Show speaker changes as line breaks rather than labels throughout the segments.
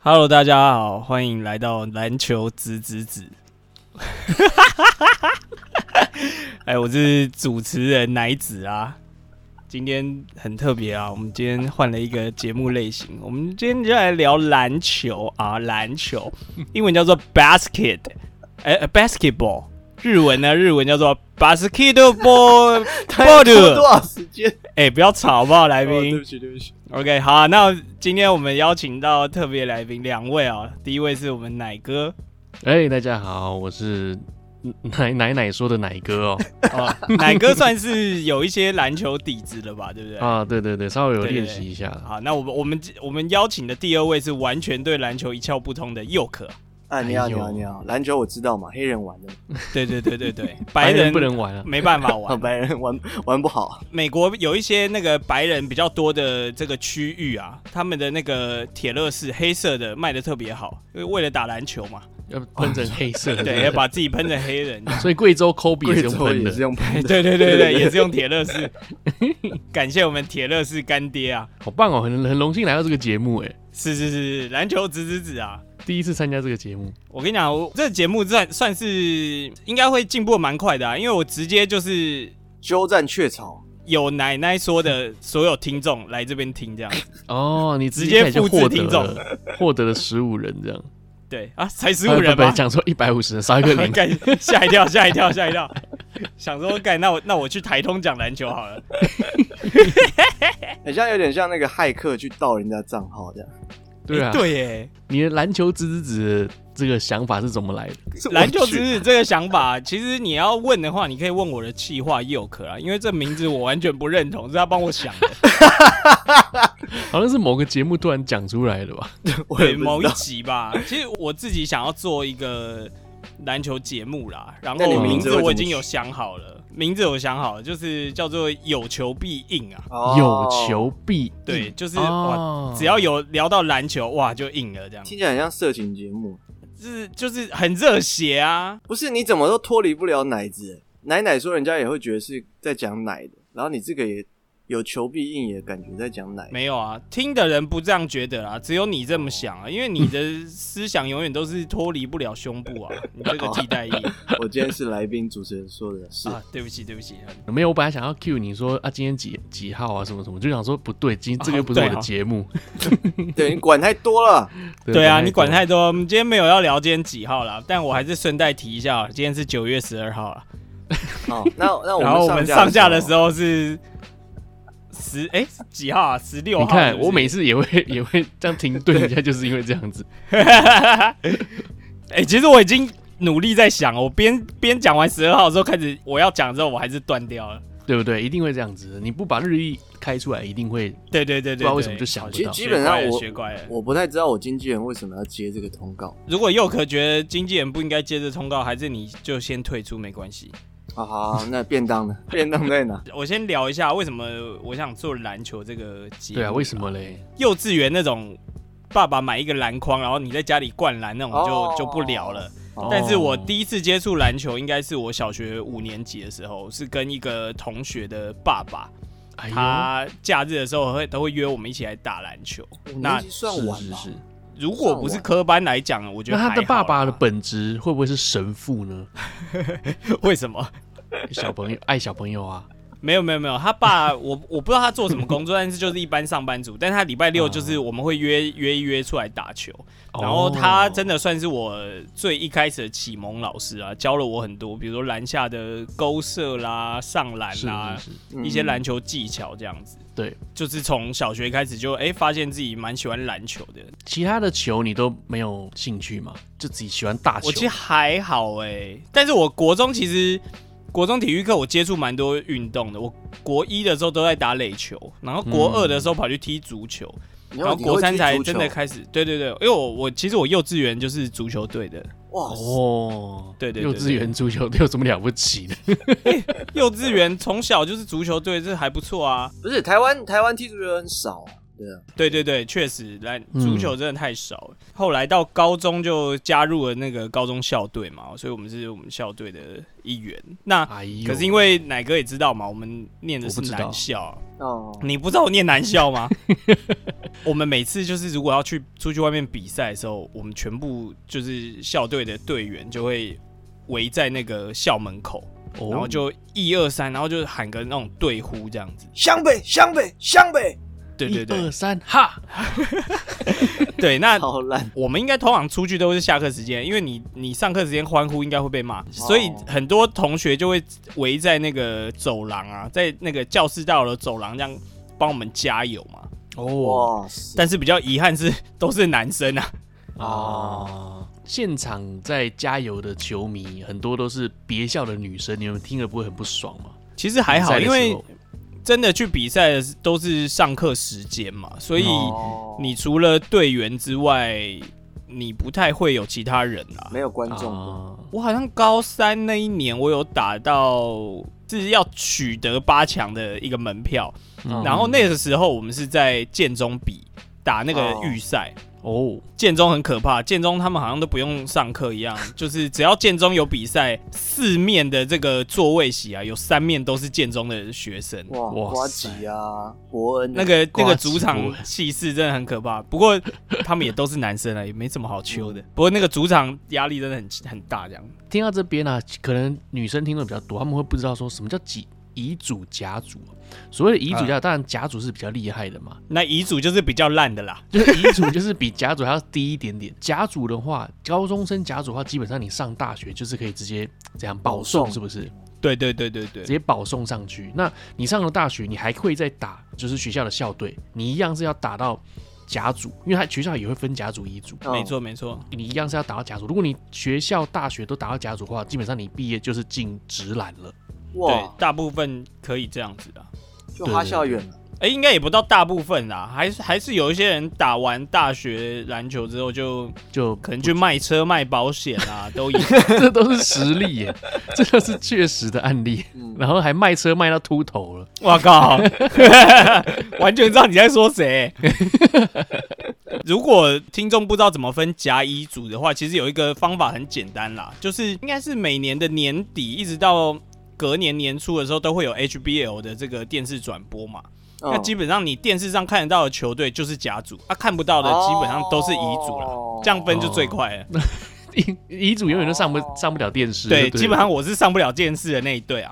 Hello，大家好，欢迎来到篮球子子子。 哎，我是主持人奶子啊。今天很特别啊，我们今天换了一个节目类型，我们今天就来聊篮球啊，篮球，英文叫做 basket，哎、呃 basketball，日文呢，日文叫做 basketball
花
ball。
少时间？
哎、不要吵，好不好，来宾？
不哎起，对不起。
OK，好啊、那今天我们邀请到特别来宾两位啊、第一位是我们奶哥，
哎、大家好，我是奶奶奶说的奶哥哦。
哦，奶哥算是有一些篮球底子了吧，对 不对？
啊，对对对，稍微有
对对
练习一下啦。
好，那我们我们我们邀请的第二位是完全对篮球一窍不通的佑可，
啊，你好，你好，
哎呦
你好。篮球我知道嘛，黑人玩的，
对对对对 对，白
白
人
不能玩啊。
没办法
啊，
玩。
白人 玩玩不好。
美国有一些那个白人比较多的这个区域啊，他们的那个铁乐士黑色的卖的特别好，因为为了打篮球嘛，
要喷成黑色 的。
对，要把自己喷成黑人。
所以贵州抠鼻也
贵
是用
州
喷
也是
的，
用喷的，
对对对对，也是用铁乐士。 感谢我们铁乐士干爹啊！
好棒哦，很很荣幸来到这个节目哎，
是是是是，篮球直直直啊！
第一次参加这个节目。
我跟你讲，我这个节目算算是应该会进步得蛮快的啊，因为我直接就是
鸠占鹊巢。
有奶奶说的所有听众来这边听这样子。
哦，你
直接
开始就
复制
获得
听众
了获得了十五人这样，
对啊，才十五人
本来
吧？
讲说一百五十 人，少一个零。
干吓一跳，吓一跳，吓一跳！想说干，那我那我去台通讲篮球好了。
很像有点像那个骇客去盗人家账号这样。
对啊
诶，对耶，
你的篮球之子的这个想法是怎么来的？
篮球
我
只
去
是这个想法，其实你要问的话，你可以问我的气话佑可啊，因为这名字我完全不认同，是他帮我想的。
好像是某个节目突然讲出来的吧？
我也
对
不知
某一
道
集吧。其实我自己想要做一个篮球节目啦，然
那你
后
名
名
字
字
会
我已
怎么
经
取
有想好了，名字我想好了，就是叫做有求必应啊。
哦
有求必应
对，就是、
哦
哇，只要有聊到篮球，哇，就硬了这样，
听起来很像色情节目。
就是就是很热血啊。
不是，你怎么都脱离不了奶子。奶奶说人家也会觉得是在讲奶的，然后你这个也有求必应，也感觉在讲奶。
没有啊，听的人不这样觉得啦，只有你这么想啊，因为你的思想永远都是脱离不了胸部啊，你这个替代役
我今天是来宾主持人说的 是，
啊，对不起，对不起，
没有，我本来想要 cue 你说啊，今天几几号啊，什么什么，就想说不对，今这个又不是
哦
我
对
的
哦
节目。
对你管太多了。
对啊，你管
他
太多。我们今天没有要聊今天几号啦，但我还是顺带提一下，啊今天是九月十二号啦。啊
好，那那我
然后我们
们
上架的
候
时候是十哎、几号啊？十六号
你看
是不是
我每次也会 也会这样停顿一下，就是因为这样子。
哎、其实我已经努力在想，我边边讲完十二号之后开始我要讲之后，我还是断掉了。
对不对？一定会这样子，你不把日历开出来，一定会
对对对对
不知道为什么就想不
其实
到。
基本上我
学乖了。
我不太知道我经纪人为什么要接这个通告。
如果佑可觉得经纪人不应该接着通告，还是你就先退出没关系。
啊，好，那便当呢？ 便当在哪？
我先聊一下为什么我想做篮球这个节目。
对啊，为什么嘞？
幼稚园那种，爸爸买一个篮筐，然后你在家里灌篮那种就、
哦
就不聊了。
哦
但是我第一次接触篮球，应该是我小学五年级的时候，是跟一个同学的爸爸，
哎呦，
他假日的时候会都会约我们一起来打篮球。
五
那
年级算晚
是
了，
是是。
如果不是科班来讲，我觉
那
得
他的
还好
爸
啦
爸的本质会不会是神父呢？
为什么？
小朋友爱小朋友啊，
没有没有没有，他爸我 我不知道他做什么工作，但是就是一般上班族。但他礼拜
哦
六就是我们会约约一约出来打球，然后他真
的
的算是我最一开始的启蒙老师啊，教了我很多，比如说篮下的勾射啦、上篮
是
啦
是是，
嗯
一些篮球技巧这样子。
对，
就是从小学开始就哎、发现自己蛮喜欢篮球的。
其他的球你都没有兴趣吗？就自己喜欢大球
我其实还好哎、但是我国中其实国中体育课我接触蛮多运动的。我国一的时候都在打垒球，然后国二的时候跑去踢足球，
你
然后
要
国三才真的
看
开始。对对对，因为我我其实我幼稚园就是足球队的。
哇塞，
哦，
对对对
幼稚园足球有什么了不起的？
幼稚园从小就是足球队，这还不错啊。
不是台湾台湾踢足球很少，对啊，
对对对，确实，篮
嗯
足球真的太少了。后来到高中就加入了那个高中校队嘛，所以我们是我们校队的一员。那
哎呦，
可是因为奶哥也知道嘛，我们念的
我
是
不知道
男校啊，
哦，
你不知道我念男校吗？ 我们每次就是如果要去出去外面比赛的时候，我们全部就是校队的队员就会围在那个校门口，
哦，
然后就一二三，然后就喊个那种队呼这样子。
湘北，湘北，湘北，
对对
一二
对
三，哈，
对，那
好烂，
我们应该通常出去都是下课时间，因为你你上课时间欢呼应该会被
哦
骂，所以很多同学就会围在那个走廊啊，在那个教室大楼的走廊这样帮我们加油嘛。
哦
哇塞，
但是比较遗憾是都是男生啊，
啊，现场在加油的球迷很多都是别校的女生，你们听了不会很不爽吗？
其实还好，
比赛的
因
时候
为真的去比赛的是都是上课时间嘛，所以
哦
你除了队员之外，你不太会有其他人啦、
没有观众的，
啊，
我好像高三那一年，我有打到是要取得八强的一个门票，
嗯
然后那个时候我们是在建中比打那个预赛。
哦，
建中很可怕，建中他们好像都不用上课一样， 就是只要建中有比赛，四面的这个座位席啊，有三面都是建中的学生。
哇，
哇
瓜
塞
吉啊，伯恩啊，
那个那
瓜
个
子
主场
国
气势真的很可怕，不过他们也都是男生啊，也没什么好求的。不过那个主场压力真的很很大，这样。
听到这边呢、啊，可能女生听的比较多，她们会不知道说什么叫乙乙组、甲组。啊所谓的
啊
乙组、甲，当然甲组是比较厉害的嘛，
那乙组就是比较烂的啦，
就是乙组就是比甲组还要低一点点。甲组的话，高中生甲组的话，基本上你上大学就是可以直接这样保送，
保送
是不是？
对对对对对
直，接保送上去。那你上了大学，你还会再打，就是学校的校队，你一样是要打到甲组，因为他学校也会分甲组、乙组。
哦
没，错没错，
你一样是要打到甲组。如果你学校、大学都打到甲组的话，基本上你毕业就是进直篮了。
对
哇，，
大部分可以这样子的。
就哈校园了，
哎、应该也不到大部分啦，还是还是有一些人打完大学篮球之后就
就
可能去卖车、卖保险啊，都有。
这都是实例耶，这都是确实的案例。
嗯
然后还卖车卖到秃头了，
我靠， 完全知道你在说谁。如果听众不知道怎么分甲乙组的话，其实有一个方法很简单啦，就是应该是每年的年底一直到隔年年初的时候，都会有 HBL 的这个电视转播嘛。那
嗯
基本上你电视上看得到的球队就是甲组，啊，看不到的基本上都是乙组了，
哦
这样分就最快了。
遗 遗嘱永远都上不上不了电视。
哦对，
对，
基本上。我是上不了电视的那一队啊。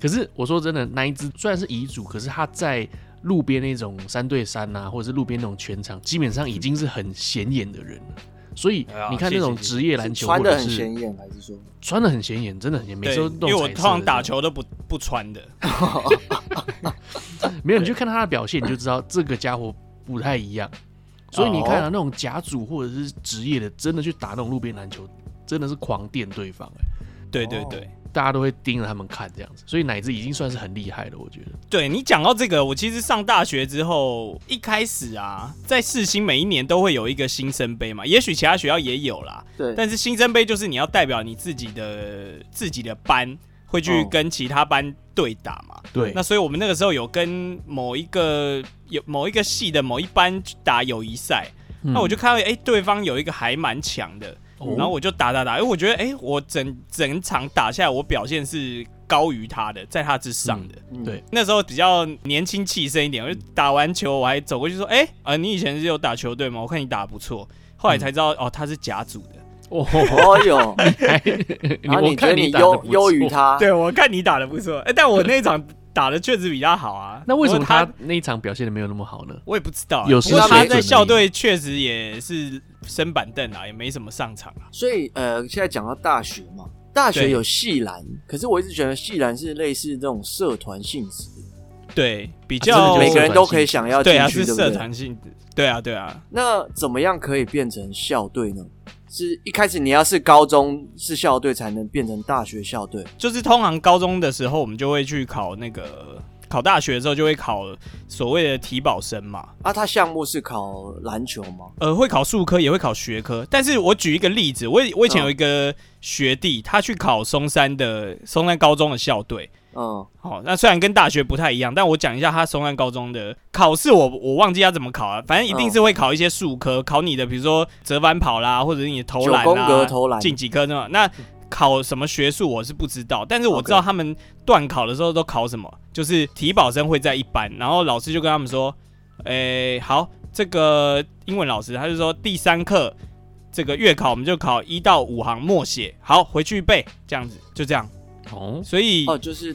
可是我说真的，那一只虽然是遗嘱，可是他在路边那种三对三啊，或者是路边那种全场，基本上已经是很显眼的人了。所以
哎呀
你看
谢
那
谢
种
谢谢
职业篮球，
穿
或
的
者
很
是
显眼，还是说
穿的很显眼，真的很显眼，每
对，
次都
因
弄
为我
彩色
通常
的
打
这样
球都不不穿的。
没有，你就看他的表现，你就知道这个家伙不太一样。所以你看啊，
哦
那种甲组或者是职业的，真的去打那种路边篮球，真的是狂电对方、欸，
对对
哦
对。
大家都会盯着他们看这样子。所以乃至已经算是很厉害了，我觉得。
对你讲到这个，我其实上大学之后，一开始啊，在世新每一年都会有一个新生杯嘛，也许其他学校也有啦，
对？
但是新生杯就是你要代表你自己的自己的班，会去
哦
跟其他班对打嘛。
对
那所以我们那个时候有跟某一个有某一个系的某一班去打友谊赛，
嗯
那我就看到哎、对方有一个还蛮强的，
哦
然后我就打打打，因为我觉得哎、我整整场打下来，我表现是高于他的，在他之上的。
嗯
对
那时候比较年轻气盛一点，我就打完球我还走过去说：“哎、呃，你以前是有打球队吗？我看你打得不错。”后
嗯
来才知道、哦，他是甲组的。
哦，
哦 哟，
哎
然后
我
啊你觉得
看
你
打得
优
不错
优于，他，
对，我看你打的不错，哎、但我那一场打的确实比他好啊。
那为什么
不过他
他那一场表现的没有那么好呢？
我也不知道、啊
有
不
时
过
候
他
水
在
准
校
而已
队确实也是升板凳啊，也没什么上场啊。
所以呃，现在讲到大学嘛，大学
对
有系篮，可是我一直觉得系篮是类似这种社团性质的，
对，比
啊真的
较、
就是
每个人
社团
都可以
性
想要进
对啊，
去，
是
对不
社
对？
团性质。对啊，对啊，
那怎么样可以变成校队呢？是一开始你要是高中是校队才能变成大学校队
就是通常高中的时候，我们就会去考那个考大学的时候，就会考所谓的体保生嘛。
啊？他项目是考篮球吗？
呃，会考数科，也会考学科。但是我举一个例子，我以我以前
嗯
有一个学弟，他去考松山的松山高中的校队，
嗯，
好、那虽然跟大学不太一样，但我讲一下他松山高中的考试我，我忘记他怎么考了、反正一定是会
嗯
考一些数科，考你的比如说折返跑啦，或者是你的投
九
篮
宫格
啦，
投篮，嗯
进几科那种那考什么学术我是不知道，但是我知道
OK
他们段考的时候都考什么，就是体保生会在一班，然后老师就跟他们说，诶、好，这个英文老师他就说第三课这个月考我们就考一到五行默写，好回去背，这样子就这样，
哦，
所以
哦，就是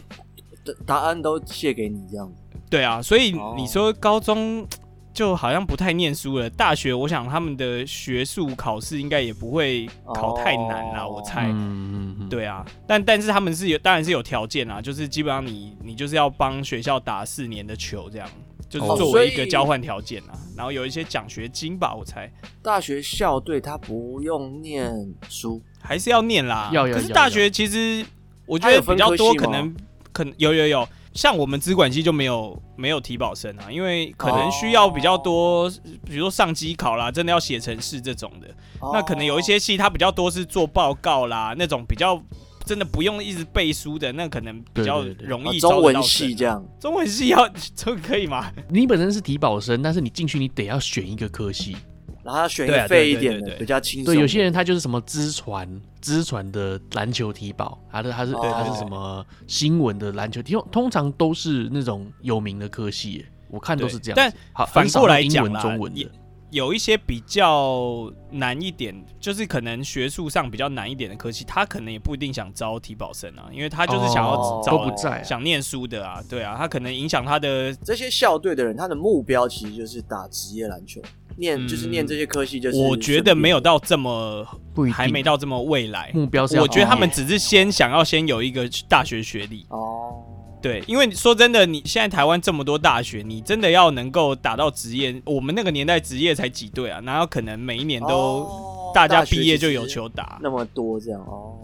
答答案都卸给你这样子。
对啊，所以
哦
你说高中就好像不太念书了，大学我想他们的学术考试应该也不会考太难啦，
哦
我猜。
嗯，嗯，
对啊，但但是他们是有，当然是有条件啦，就是基本上你你就是要帮学校打四年的球，这样就是
哦
作
所
为
以
一个交换条件啊，然后有一些奖学金吧，我猜
大学校队他不用念书，
还是要念啦。
要要
可是
要
大
要
学其实我觉
它
得
有分
比较
科
多
系
可
吗
能可能有有有，像我们资管系就没有没有体保生啊，因为可能需要比较多，比如说上机考啦，真的要写程式这种的，
哦
那可能有一些系它比较多是做报告啦，那种比较真的不用一直背书的，那可能比
对
较
对对
容
哦
易、招
中
得
文
到啊
系
生
这样，
中文系要这个可以吗？
你本身是体保生，但是你进去你得要选一个科系。
然后他选一
对啊
个
对
废一
对
点
对
的，
对
比较轻松。
对，有些人他就是什么资传，资传的篮球体保，他的他是
对
他
对
是
对
什么新闻的篮球体，通通常都是那种有名的科系耶，我看都是这
对
样子。
但
好，
反
很少
过来
有英
讲
文
啦
中文的
也有一些比较难一点，就是可能学术上比较难一点的科系，他可能也不一定想招体保生啊，因为他就是想要
哦
找、
都不在啊
想念书的啊，对啊，他可能影响他的
这些校队的人，他的目标其实就是打职业篮球，念、就是念这些科系，就是
嗯我觉得没有
到
到这么，
不一定嗯
还没到这么未来。
目标是要
我觉得他们
毕业
只是先想要先有一个大学学历，
哦，
对，因为你说真的，你现在台湾这么多大学，你真的要能够打到职业，我们那个年代职业才几队啊，哪有可能每一年都
哦
大家
学
毕业
其
就
实
有球啊打？
那么多这样哦，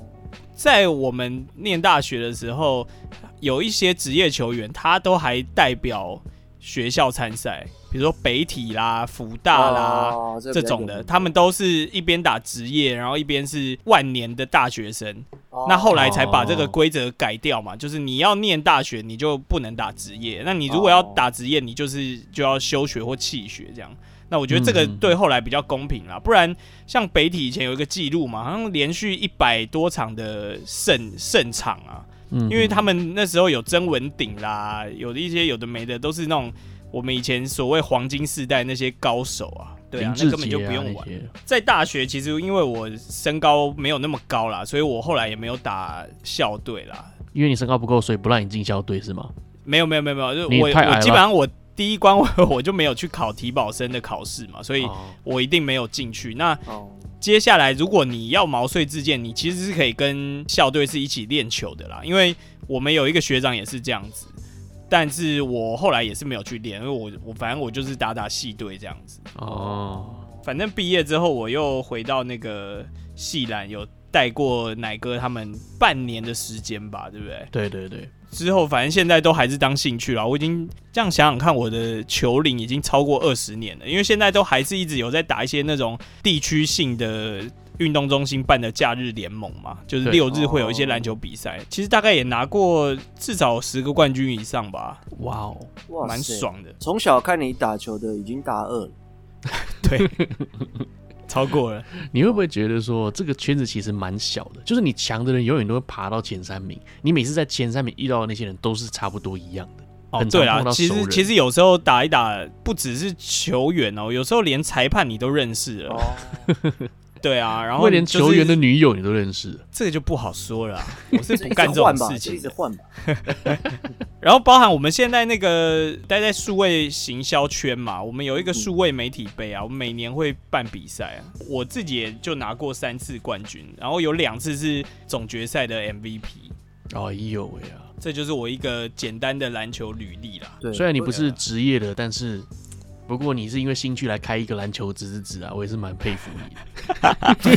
在我们念大学的时候，有一些职业球员，他都还代表学校参赛，比如说北体啦、福大啦、
哦这
这
比较
种
有
的，
名
他们都是一边打职业，然后一边是万年的大学生。
哦
那后来才把这个
哦
规则改掉嘛，就是你要念大学，你就不能打职业。那你如果要打职业，你就是就要休学或弃学这样。那我觉得这个
嗯
对后来比较公平啦，不然像北体以前有一个记录嘛，好像连续一百多场的胜胜场啊，
嗯
因为他们那时候有曾文鼎啦，有的一些有的没的都是那种我们以前所谓黄金世代那些高手啊，对啊
林，
那
志
根本
杰
就
啊
不用
那
玩。
些
在大学，其实因为我身高没有那么高啦，所以我后来也没有打校队啦。
因为你身高不够，所以不让你进校队是吗？
没有没有没有没有，就是
你
我
太矮
我
了
基本上我第一关 我我就没有去考体保生的考试嘛，所以
哦
我一定没有进去。那
哦
接下来如果你要毛遂自荐，你其实是可以跟校队是一起练球的啦，因为我们有一个学长也是这样子。但是我后来也是没有去练，因为我我反正我就是打打系队这样子。
哦，
反正毕业之后，我又回到那个系篮，有带过奶哥他们半年的时间吧，对不对？
对对对，
之后反正现在都还是当兴趣啦。我已经这样想想看，我的球龄已经超过二十年了，因为现在都还是一直有在打一些那种地区性的。运动中心办的假日联盟嘛，就是
对
六日会有一些篮球比赛，其实大概也拿过至少十个冠军以上吧，
哇哦，
哇
蛮
塞。
爽的。
从小看你打球的已经大二了，
对，超过了。
你会不会觉得说这个圈子其实蛮小的？就是你强的人永远都会爬到前三名，你每次在前三名遇到的那些人都是差不多一样的。
哦，
很常
对啦
碰，到
其
熟
实
人
其实有时候打一打，不只是球员哦，有时候连裁判你都认识了。
哦，
对啊，然
然
后
后连
就是
球员的女友你都认识，
这个就不好说了啊、 我是
这
不
一直
干这种
换吧，
事
这一
情
直
的。
换吧。
然后包含我们现在那个待在数位行销圈嘛，我们有一个数位媒体杯啊，我们每年会办比赛啊，我自己也就拿过三次冠军，然后有两次是总决赛的 MVP，哦
哎呦喂啊！
这就是我一个简单的篮球履历啦。
对，
啊
虽然你不是职业的，但是不过你是因为兴趣来开一个篮球知识子啊，我也是蛮佩服你的。
所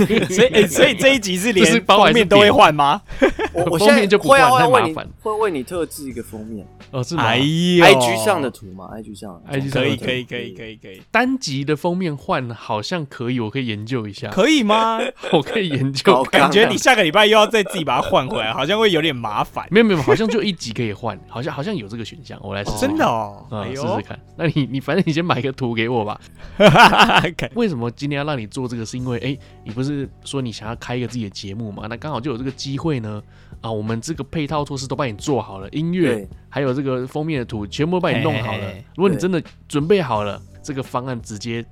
以、 欸所以这一集是
这是
连
包还
封
是
面都会
点
换吗？
我我
封
现在
面就不
会啊会啊
换太麻
为你
烦
会为你特制一个封面
哦，是吗？
哎呦
，IG 上的图嘛，IG 上的
可
IG
以
上的图
可以可以可以可以
单集的封面换好像可以，我可以研究一下，
可以吗？
我可以研
好
究看。
感觉你下个礼拜又要再自己把它换回来，好像会有点麻烦。
没有没有，好像就一集可以换，好像好像有这个选项，我来试试看
真的哦，
啊，
哎
试
呦，
试看。那你 你反正你先买个图给我 吧。
看
为什么今天要让你做这个？是因为哎、你不是说你想要开一个自己的节目嘛？那刚好就有这个机会呢。啊，我们这个配套措施都帮你做好了，音乐
对
还有这个封面的图全部都帮你弄好
嘿
了
嘿嘿。
如果你
对
真的准备好了，这个方案直接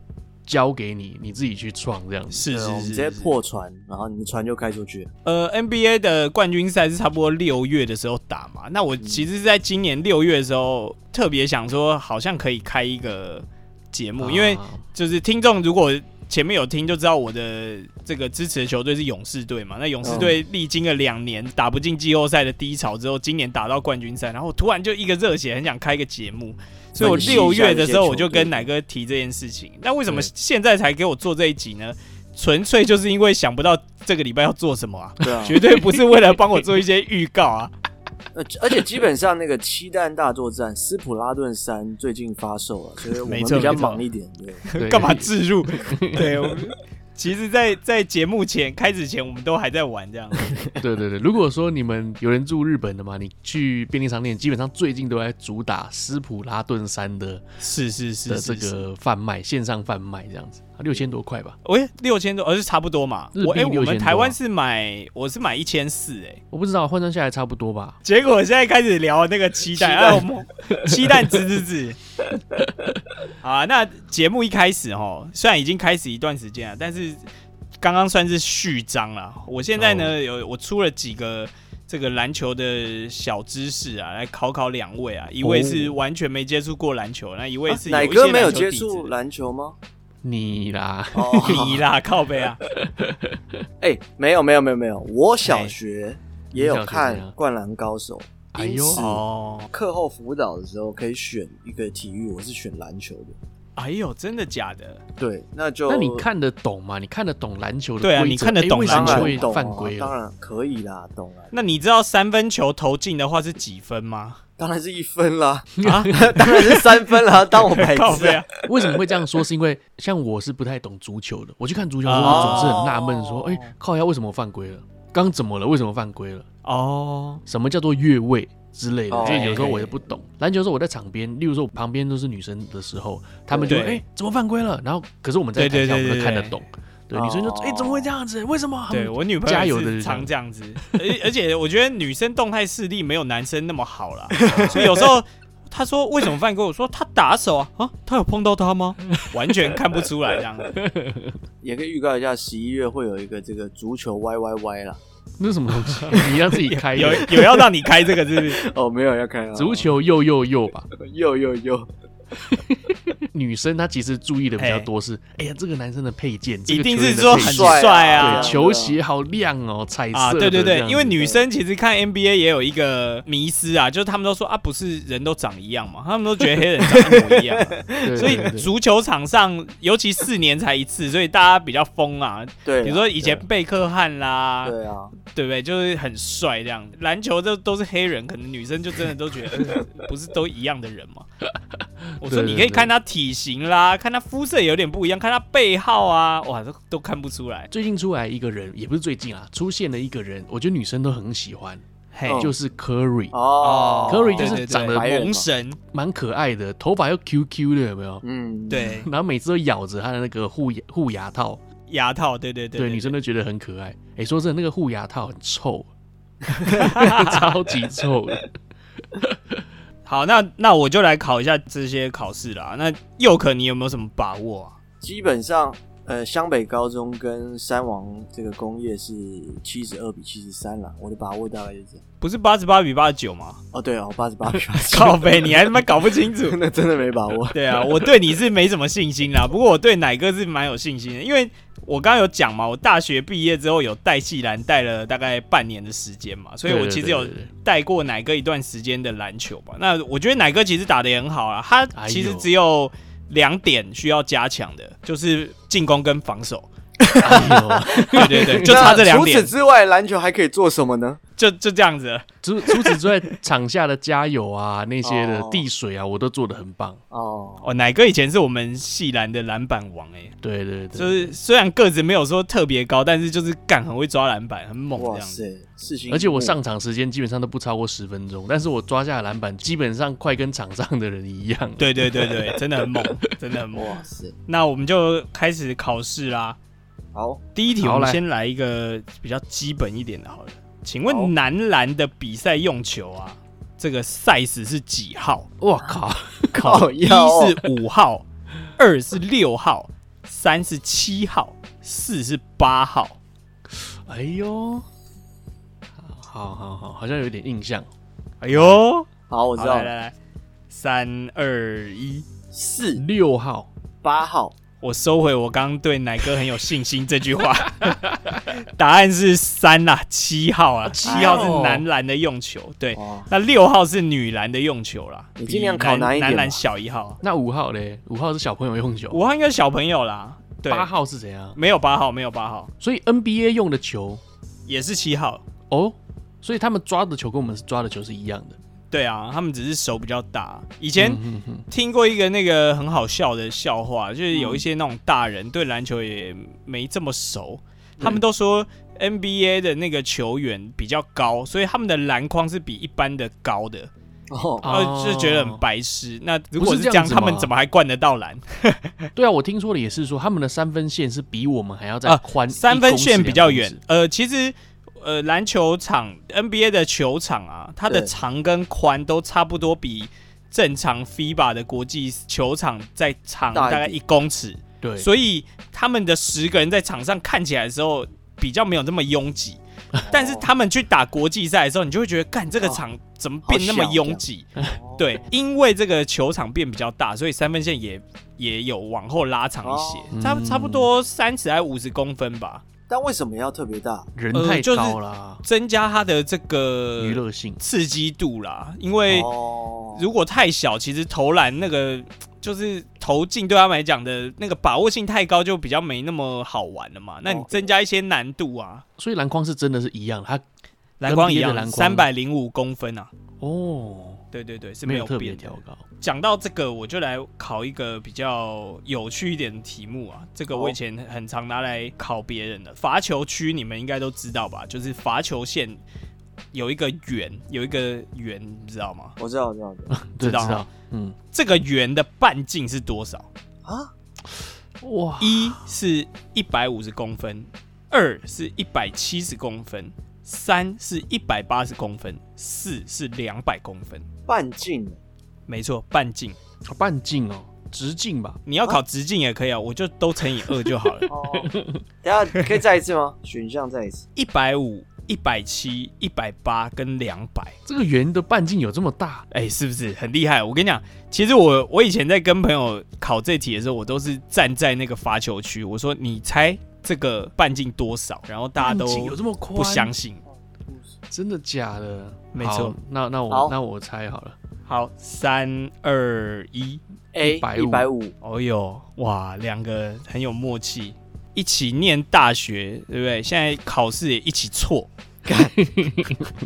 交给你，你自己去创这样子。
是
对啊我
是
们直
是
接
是，
破船，然后你的船就开出去了。
呃，NBA 的冠军赛是差不多六月的时候打嘛。那我其实是在今年六月的时候特别想说，好像可以开一个节目，因为
啊
就是听众如果前面有听就知道我的这个支持的球队是勇士队嘛。那勇士队历经了两年打不进季后赛的低潮之后，今年打到冠军赛，然后突然就一个热血，很想开一个节目。所以我
分析一下
六月的时候我就
一些球队
跟奶哥提这件事情。那为什么
对
现在才给我做这一集呢？纯粹就是因为想不到这个礼拜要做什么啊，
对 啊，
绝 对不是为了帮我做一些预告啊。
而呃而且基本上那个七蛋大作战，斯普拉顿三最近发售了，所以我们
没错
比较
没错
忙一点。 对，
对
干嘛置入？对，我们其实在，在节目前开始前，我们都还在玩这样。
对对对，如果说你们有人住日本的嘛，你去便利商店，基本上最近都在主打斯普拉顿山的
是是是
的
是
这
是
个贩卖，线上贩卖这样子，啊六千多块吧。
喂，六千多，而、哦是差不多嘛。
日币
我哎、我
6000多
们
啊
台湾是买，我是买一千四哎。
我不知道换算下来差不多吧。
结果现在开始聊那个鸡蛋，哎，我们鸡蛋滋滋滋。好啊，那节目一开始哦，虽然已经开始一段时间了，但是刚刚算是序章了。我现在呢，有我出了几个这个篮球的小知识啊，来考考两位啊。一位是完全没接触过篮球，那一位是
奶
有一
哥
些
啊没有
篮球
接
底
触
子。
篮球吗？
你 啦，
哦
你啦，靠背啊，
哎，没有没有没有没有，我
哎
小学也有看
你小学怎
《
样
灌篮高手》，
哎
因
呦
此
哦，
课后辅导的时候可以选一个体育，我是选篮球的。
哎呦，真的假的？
对，那就
那你看得懂吗？你看得懂篮球的
对啊
规则
你看得
哎
懂
为什
当
篮球
么
然
会
懂啊
犯规
当
了？
然可以啦，懂啊了，
那你知道三分球投进的话是几分吗？
当然是一分 啦，
啊，
当然是三分啦，当我 白
靠
痴
背
啊
啊！
为什么会这样说？是因为像我是不太懂足球的，我去看足球的时候，
哦
我总是很纳闷，说：“哎、靠呀，为什么犯规了？刚怎么了？为什么犯规了？
哦，
什么叫做越位之类的？”
哦
所以有时候我也不懂。篮球的时候我在场边，例如说我旁边都是女生的时候，她们就会
对
哎、怎么犯规了？然后可是我们在台下我
对对对
们都看得
对对
懂。对，女生就
哦
哎、怎么会这样子？为什么？
对我女朋
加
友
油
也
的
是
人啊
常这样子，而而且我觉得女生动态视力没有男生那么好啦，所以有时候她说为什么犯规，我说她打手啊，啊，她有碰到他吗？完全看不出来 这样子。
也可以预告一下，十一月会有一个这个足球 Y Y Y 啦。
那是什么东 西？你要自己开
有
的
有要让你开这个是不是？
哦，没有要看啊
足球又又又吧。
又又又，
女生她其实注意的比较多是，哎呀，这个男生的配件， 这
一
个
定
球员
是
的
说
配
很
件
帅
帅
啊
啊
对，球鞋好亮哦，彩色
啊，对对
的这
对
样，子
因为女生其实看 NBA 也有一个迷思啊，就是他们都说啊，不是人都长一样嘛，他们都觉得黑人长一模一样啊、
对
所以
对对对
足球场上，尤其四年才一次，所以大家比较疯啊。
对啦，
比如说以前贝克汉啦，
对啊，
对不对？就是很帅这样。篮球都都是黑人，可能女生就真的都觉得呃不是都一样的人 嘛。我说
对对
你可以
对
看他体型啦，看他肤色有点不一样，看他背号啊，哇，都都看不出来。
最近出来一个人，也不是最近啊，出现了一个人，我觉得女生都很喜欢，
嘿，
哦
就是 Curry，
哦
Curry 就
对
是
对对
长得
白人嘛
萌神，
蛮可爱的，头发又 QQ 的，有没有？
嗯，
对
然后每次都咬着他的那个护牙护牙套，
牙套，对对
对
对，
女生都觉得很可爱。哎，说真的，那个护牙套很 臭，超级臭的。
好，那那我就来考一下这些考试啦。那佑可，你有没有什么把握啊？
基本上呃，湘北高中跟三王这个工业是七十二比七十三啦，我的把握大概就是这样。
不是八十八比八十九 吗？
哦，对哦，八十八比八十，
靠背，你还他妈搞不清楚。
那真的没把握。
对啊，我对你是没什么信心啦，不过我对奶哥是蛮有信心的，因为我刚刚有讲嘛，我大学毕业之后有带系篮带了大概半年的时间嘛，所以我其实有
对对对对对
带过奶哥一段时间的篮球吧。那我觉得奶哥其实打的也很好啊，他其
哎
实
呦
只有两点需要加强的，就是进攻跟防守。
哎呦
对对 对，就差这两
除
点
此，之外，篮球还可以做什么呢？
就就这样子了。
除除此之外，场下的加油啊，那些的
哦
递水啊，我都做的很棒。
哦，
哦，奶哥以前是我们系篮的篮板王哎、
对对对，
就是虽然个子没有说特别高，但是就是干很会抓篮板，很猛这
哇
样子。
塞，事情
而且我上场时间基本上都不超过十分钟，但是我抓下的篮板基本上快跟场上的人一样。
对对对 对，真的很猛，真的很猛。
哇塞，
那我们就开始考试啦。
好，
第一题，
好
我们
来
先来一个比较基本一点的，好了。请
好
问男篮的比赛用球啊，这个 size 是几号？
哦
我靠，
考
靠
一
腰哦
是五号，二是六号，三是七号，四是八号。
哎呦，好好好，好像有点印象。
哎呦，
好，我
我
知道
来来
了，
来，三二一，
四
六号，
八号，
我收回我刚刚对奶哥很有信心这句话。 答案是三啦，七号啊，七号是男篮的用球，对。
哦，
那六号是女篮的用球啦，
你
比
尽量考
男
难一点
男
嘛
篮小一号，
那五号嘞？五号是小朋友用球，
五号应该是小朋友啦，对，
八号是怎样？
没有八号，没有八号，
所以 NBA 用的球
也是七号。
哦，所以他们抓的球跟我们抓的球是一样的。
对啊，他们只是手比较大。以前
嗯哼
听过一个那个很好笑的笑话，就是有一些那种大人对篮球也没这么熟，
嗯
他们都说 NBA 的那个球员比较高，所以他们的篮筐是比一般的高的，
哦，
呃，
哦
就觉得很白痴。那如
不
果
是
是
这
这
样
样，
子
他们
吗
怎么还灌得到篮？
哼对啊，我听说的也是说他们的三分线是比我们还要再
啊
宽、
三分线比较远
一公尺两公尺。
呃，其实呃，篮球场 NBA 的球场啊，它的
对
长跟宽都差不多比正常 FIBA 的国际球场再长
大
大
一
概
点
一公尺，
对，
所以他们的十个人在场上看起来的时候比较没有那么拥挤。但是他们去打国际赛的时候，你就会觉得，干这个
哦
场怎么变那么
好小
拥挤？
哦
对，因为这个球场变比较大，所以三分线也也有往后拉长一些，
哦
嗯
差不差不多三十还五十公分吧。
但为什么要特别大？
人
呃
太
就是
高啦，
增加它的这个
娱乐性。
刺激度啦。因为
哦，
如果太小，其实投篮那个就是投进对他们来讲的那个把握性太高，就比较没那么好玩了嘛。那
哦
你增加一些难度啊，
所以篮筐是真的是一样的，它
篮筐一
NBA 的
样，
篮
三
筐
百零五公分啊。
哦
对对对，是
没
没
有
有
特别
变的。
调高。
讲到这个，我就来考一个比较有趣一点的题目啊。这个
好
我以前很常拿来考别人的。罚球区你们应该都知道吧？就是罚球线有一个圆，有一个圆，你知道吗？
我知道，我知道，我知 道
知
对，知
道
道，嗯，
这个圆的半径是多少？
啊，
哇，
一是一百五十公分，二是一百七十公分，三是一百八十公分，四是两百公分。
半径
没错，半径。
半径哦，直径吧，
你要考直径也可以啊，我就都乘以二就好了。
哦，等一下可以再一次吗？选项再一次，
一百五、一百七、一百八跟两百，
这个圆的半径有这么大？
哎，是不是很厉害？我跟你讲，其实我我以前在跟朋友考这题的时候，我都是站在那个罚球区，我说你猜这个半径多少，然后大家
半
都
径有这么宽？
不相，信。
真的假的？
没错
好，那那我
好
那我猜好了，
好，三二一，
A 一
150
百五，
哦呦，哇，两个很有默契，一起念大学，对不对？现在考试也一起错。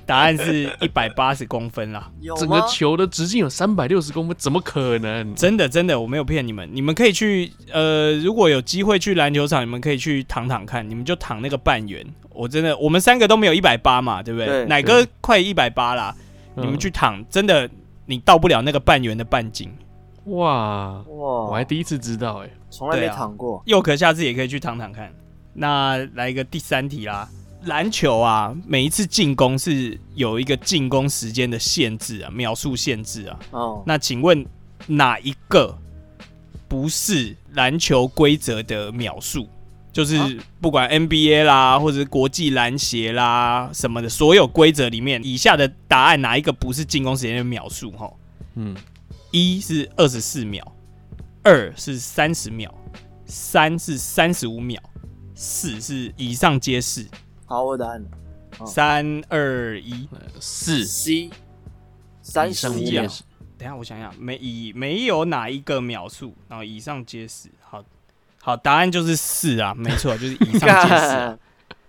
答案是一百八十公分啦。
有
整
吗
个？球的直径有三百六十公分，怎么可能？
真的真的，我没有骗你们，你们可以去呃，如果有机会去篮球场，你们可以去躺躺看，你们就躺那个半圆。我真的，我们三个都没有一百八嘛，对不对？
对嗯
奶哥快一百八啦，你们去躺，真的你到不了那个半圆的半径。
嗯哇，我还
哇，
第一次知道哎，
从来没
对啊
躺过，
佑可下次也可以去躺躺看。那来一个第三题啦，篮球啊，每一次进攻是有一个进攻时间的限制啊，秒数限制啊。
哦，
那请问哪一个不是篮球规则的秒数？就是不管 NBA 啦，或者是国际篮协啦什么的，所有规则里面，以下的答案哪一个不是进攻时间的秒数？哈，
嗯，
一是二十四秒，二是三十秒，三是三十五秒，四是以上皆是。
好，我有答案了哦
三二一，
呃四
C 三十
以上
五
一
秒
也，是
等一下我想想，没以没有哪一个秒数，然后以上皆是。好，好，答案就是四啊，没错，就是以上皆 是啊、
干，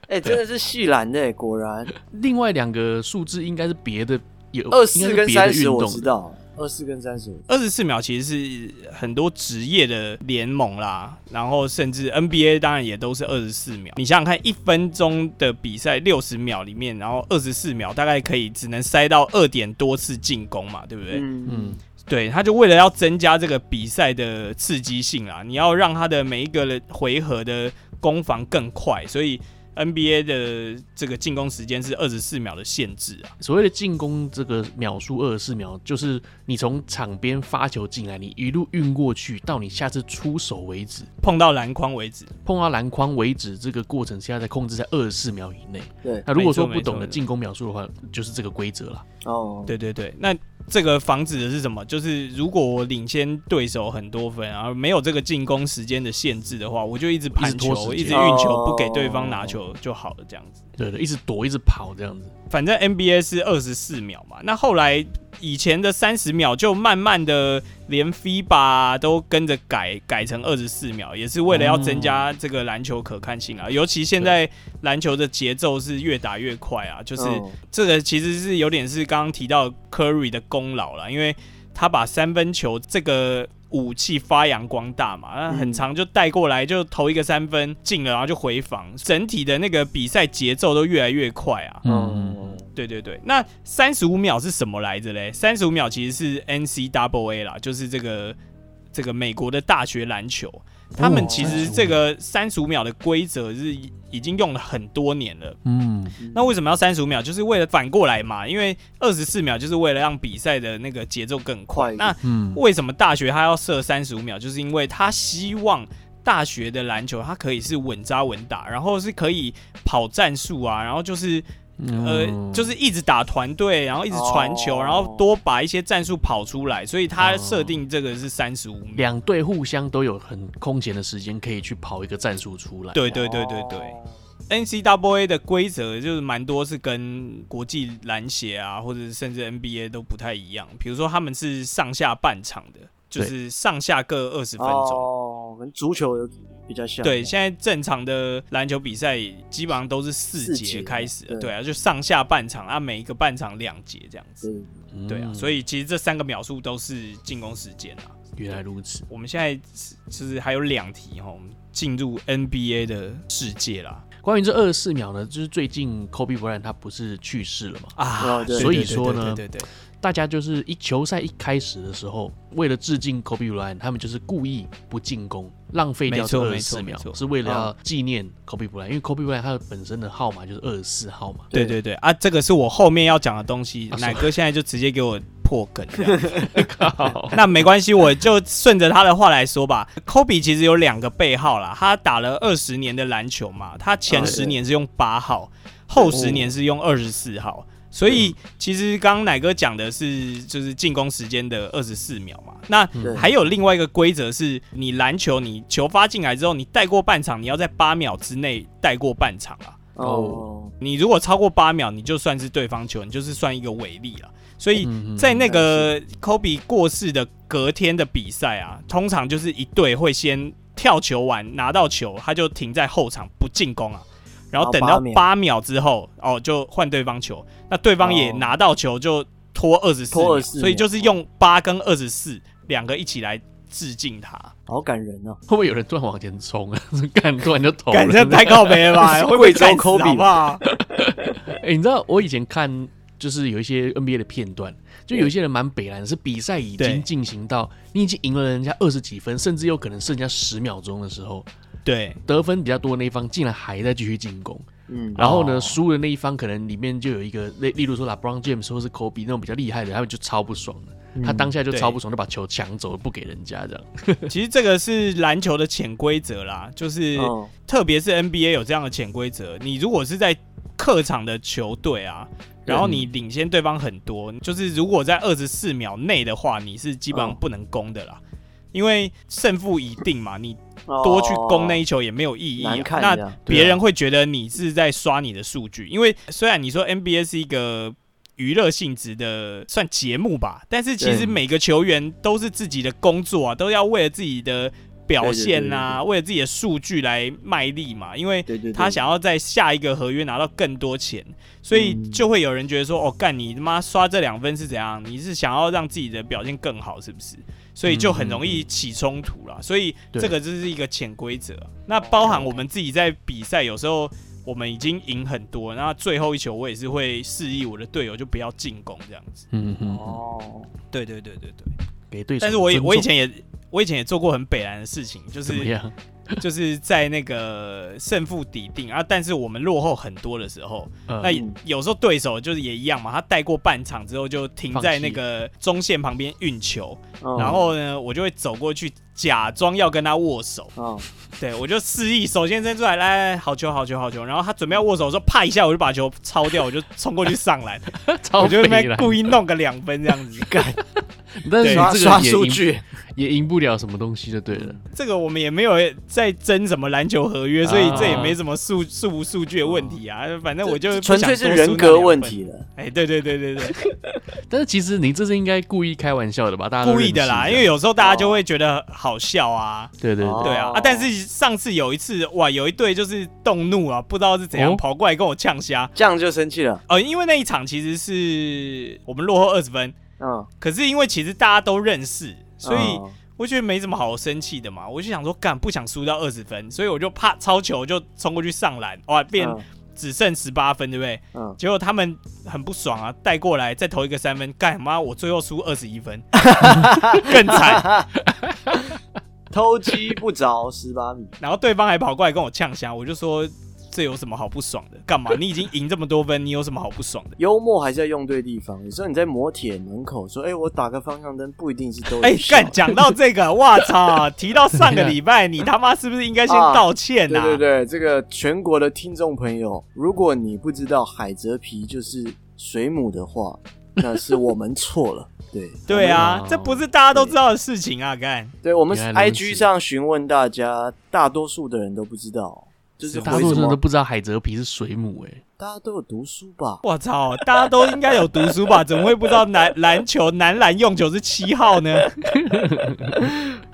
哎、真的是细蓝的、果然
另外两个数字应该是别的，有
二
应该
四
是
跟
别的
三
运
十我
动
知
的。
道，二四跟三十我
二十四秒其实是很多职业的联盟啦，然后甚至 NBA 当然也都是二十四秒。你想想看，一分钟的比赛六十秒里面，然后二十四秒大概可以只能塞到二点多次进攻嘛，对不对？
嗯，
嗯，
对，他就为了要增加这个比赛的刺激性啦，你要让他的每一个人回合的攻防更快，所以 NBA 的这个进攻时间是二十四秒的限制啊。
所谓的进攻这个秒数二十四秒，就是你从场边发球进来，你一路运过去，到你下次出手为止，
碰到篮筐为止，
碰到篮筐为止，这个过程现在在控制在二十四秒以内。
对，
那如果说
没错
不懂
没
得
错
进攻秒数的话，就是这个规则了。
哦，
对对对，那这个防止的是什么？就是如果我领先对手很多分，然后没有这个进攻时间的限制的话，我就一直盘
一直拖
球，
时
一
间
直运球，
哦
不给对方拿球就好了，这样子。
对对，一直躲，一直跑这样子。
反正 NBA 是二十四秒嘛，那后来以前的三十秒就慢慢的连 FIBA 啊都跟着改改成二十四秒，也是为了要增加这个篮球可看性啊。尤其现在篮球的节奏是越打越快啊，就是
哦
这个其实是有点是刚刚提到 Curry 的功劳啦，因为他把三分球这个武器发扬光大嘛，那很长就带过来就投一个三分进了，然后就回防，整体的那个比赛节奏都越来越快啊。
嗯，
对对对，那三十五秒是什么来着嘞？三十五秒其实是 NCAA 啦，就是这个这个美国的大学篮球，他们其实这个哦三十五秒的规则是已已经用了很多年了。
嗯，
那为什么要三十五秒？就是为了反过来嘛，因为二十四秒就是为了让比赛的那个节奏更快。
快一点
那
嗯，
为什么大学他要设三十五秒？就是因为他希望大学的篮球它可以是稳扎稳打，然后是可以跑战术啊，然后就是呃，就是一直打团队，然后一直传球，
哦
然后多把一些战术跑出来，所以他设定这个是三十五秒。
两队互相都有很空闲的时间可以去跑一个战术出来。
对对对对对。NCAA 的规则就是蛮多是跟国际篮协啊，或者甚至 NBA 都不太一样。比如说他们是上下半场的，就
对
是上下各二十分钟。
哦，跟足球有比较像，
对，现在正常的篮球比赛基本上都是四
四
节
节
开始的，
对
对啊，就上下半场啊，每一个半场两节这样子，
对
嗯
对啊，所以其实这三个秒数都是进攻时间啊。
原来如此。
我们现在就是还有两题哦哈，我们进入 NBA 的世界啦
关于这二十四秒呢，就是最近 Kobe Bryant 他不是去世了嘛？
啊，
哦对
对
所以说呢
对对对对对
大家就是一球赛一开始的时候，为了致敬 Kobe Bryant，他们就是故意不进攻，浪费掉这
没错
二
没
十
错
四
没
秒，
错嗯
是为了要纪念 Kobe Bryant，因为 Kobe Bryant 他本身的号码就是二十四号嘛。
对对对啊，这个是我后面要讲的东西
啊。
奶哥现在就直接给我破梗这样，那没关系，我就顺着他的话来说吧。科比其实有两个背号啦，他打了二十年的篮球嘛，他前
啊
十
对
年是用八号，后十年是用二十四号。所以其实刚刚奶哥讲的是就是进攻时间的二十四秒嘛，那
对
还有另外一个规则是，你篮球你球发进来之后，你带过半场，你要在八秒之内带过半场啊。
哦，
你如果超过八秒，你就算是对方球，你就是算一个违例了。所以
嗯
在那个 Kobe 过世的隔天的比赛啊，通常就是一队会先跳球完拿到球，他就停在后场不进攻啊，然后等到
哦八秒
八秒之后哦就换对方球，那对方也
哦
拿到球就拖二十四
拖
秒，
24秒
所以就是用八跟二十四两个一起来致敬他。
好感人哦，
会不会有人突然往前冲啊？ 干突然就投了？
哦感觉太靠北了 吧？会不会
贵州
干死
Kobe
好不好？
哎、你知道我以前看就是有一些 NBA 的片段，就有一些人蛮北蓝，是比赛已
对
经进行到你已经赢了人家二十几分，甚至有可能剩下十秒钟的时候，
对，
得分比较多的那一方竟然还在继续进攻，
嗯，
然后呢，
哦
输的那一方可能里面就有一个例，例如说 LeBron James 或是 Kobe 那种比较厉害的，他们就超不爽的。他当下就
嗯对
超不爽，就把球抢走，不给人家这样。
其实这个是篮球的潜规则啦，就是
哦
特别是 NBA 有这样的潜规则，你如果是在客场的球队啊，
对
然后你领先对方很多，就是如果在二十四秒内的话，你是基本上
哦
不能攻的啦。因为胜负已定嘛，你多去攻那一球也没有意义、啊
哦难。看
那
这样
别人会觉得你是在刷你的数据，因为虽然你说 NBA 是一个娱乐性质的算节目吧，但是其实
对
每个球员都是自己的工作啊，都要为了自己的表现啊，为了自己的数据来卖力嘛，因为
对对对，
他想要在下一个合约拿到更多钱，所以就会有人觉得说，哦，干你他妈刷这两分是怎样？你是想要让自己的表现更好是不是？所以就很容易起冲突啦。所以
对
这个就是一个潜规则啊。那包含我们自己在比赛，有时候我们已经赢很多，那最后一球我也是会示意我的队友就不要进攻这样子。
嗯嗯嗯，
哦，
对对对对对。
给对手
但是我也
尊重
我以前也我以前也做过很北然的事情，就
怎
是
么样？
就是在那个胜负底定啊，但是我们落后很多的时候，
呃
那有时候对手就是也一样嘛，他带过半场之后就停在那个中线旁边运球，
嗯
然后呢，我就会走过去假装要跟他握手，
嗯，
对我就示意手先伸出来，来来，好球好球好球，然后他准备要握手的时候，啪一下我就把球抄掉，我就冲过去上篮，
呃超
我就在那
肥
边
了，
故意弄个两分这样子，干。
但是
对
你
刷
这
刷
个也
数
赢
据，
也赢不了什么东西就对了。
这个我们也没有在争什么篮球合约，所以
啊
这也没什么数数不数据的问题啊。反正我就
纯粹是人格问。题了。
哎，对对对对对，
但是其实你这是应该故意开玩笑的吧？大家都
故意的
认
啦，
识
因为有时候大家就会觉得好笑啊。
对对对
哦
对啊，啊！但是上次有一次，哇，有一队就是动怒啊，不知道是怎样
哦
跑过来跟我呛虾。
这样就生气了，
呃，因为那一场其实是我们落后二十分，
嗯，
可是因为其实大家都认识，所以
嗯
我觉得没什么好生气的嘛。我就想说，干不想输到二十分，所以我就怕超球就冲过去上篮，哇，变
嗯
只剩十八分，对不对？
嗯，
结果他们很不爽啊，带过来再投一个三分，干妈我最后输二十一分，更惨。
偷鸡不着十八米，
然后对方还跑过来跟我呛虾，我就说这有什么好不爽的？干 嘛？你已经赢这么多分，你有什么好不爽的？
幽默还是要用对地方。有时候你在磨铁门口说，哎，我打个方向灯，不一定哦是都有
哎、
效
干！讲到这 个，哇操！提到上个礼拜，你他妈是不是应该先
啊
道歉呐、
对对对，这个全国的听众朋友，如果你不知道海蜇皮就是水母的话，那是我们错了。对
对啊
哦，
这不是大家都知道的事情啊！干，
对，我们
原来如
IG
此
上询问大家，大多数的人都不知道，就是
大多
为
数
什
人都
么
不知道海蜇皮是水母哎、
大家都有读书吧？
我操，大家都应该有读书吧？怎么会不知道男篮球男篮用球是七号 呢？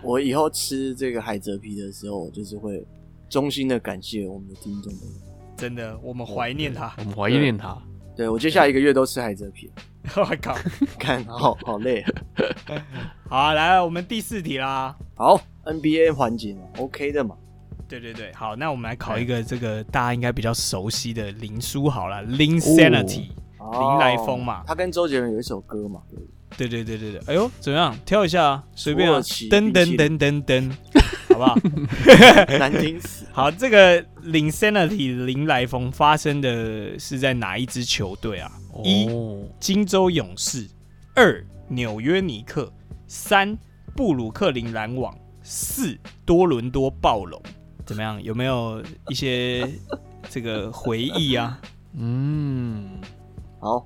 我以后吃这个海蜇皮的时候，我就是会衷心的感谢我们的听众朋友。
真的，我们怀念他。
我们怀念它。
对我接下来一个月都吃海蜇皮，
我靠！
看好好累啊。
好啊、来，我们第四题啦。
好，NBA 环节嘛，OK 的嘛。
对对对，好，那我们来考一个这个大家应该比较熟悉的林书好了，林 Sanity，、
哦
林来疯嘛
他跟周杰伦有一首歌嘛，对不对
对对对对对，哎呦，怎么样？跳一下啊，随便啊，
土耳其
噔
冰淇
噔
淋
噔噔噔， 好不好？
难听死。
好，这个林 Sanity 林来疯发生的是在哪一支球队啊？一
哦，
金州勇士，二纽约尼克，三布鲁克林篮网，四多伦多暴龙。怎么样？有没有一些这个回忆啊？
嗯，
好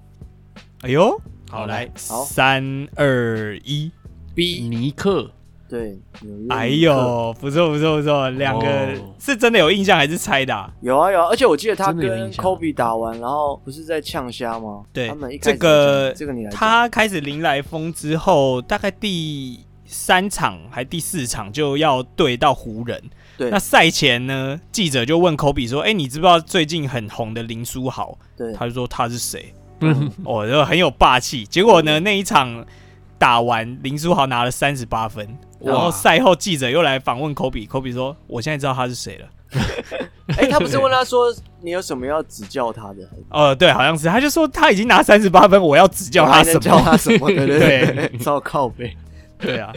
哎呦，
好
好来，
好
三二一，
，B
尼克
对，纽约尼克
哎呦，不错不错不错，两个
哦
是真的有印象还是猜的啊？
有啊有啊，而且我记得他
真的有
跟
印象
Kobe 打完，然后不是在呛虾吗？
对
他们一，开
这
始
个
这个你来讲，
他开始临来疯之后，大概第三场还第四场就要对到湖人。
对
那赛前呢，记者就问科比说：“哎、你知不知道最近很红的林书豪？”
对
他就说：“他是谁？”
嗯
哦，就很有霸气。结果呢，那一场打完，林书豪拿了三十八分。
哇
然后赛后记者又来访问科比，科比说：“我现在知道他是谁了。”
哎，他不是问他说你有什么要指教他的，
哦，对，好像是，他就说他已经拿三十八分，我要指教他
还
什
能
么？
教他什么？对对
对
对，照靠背。
对啊，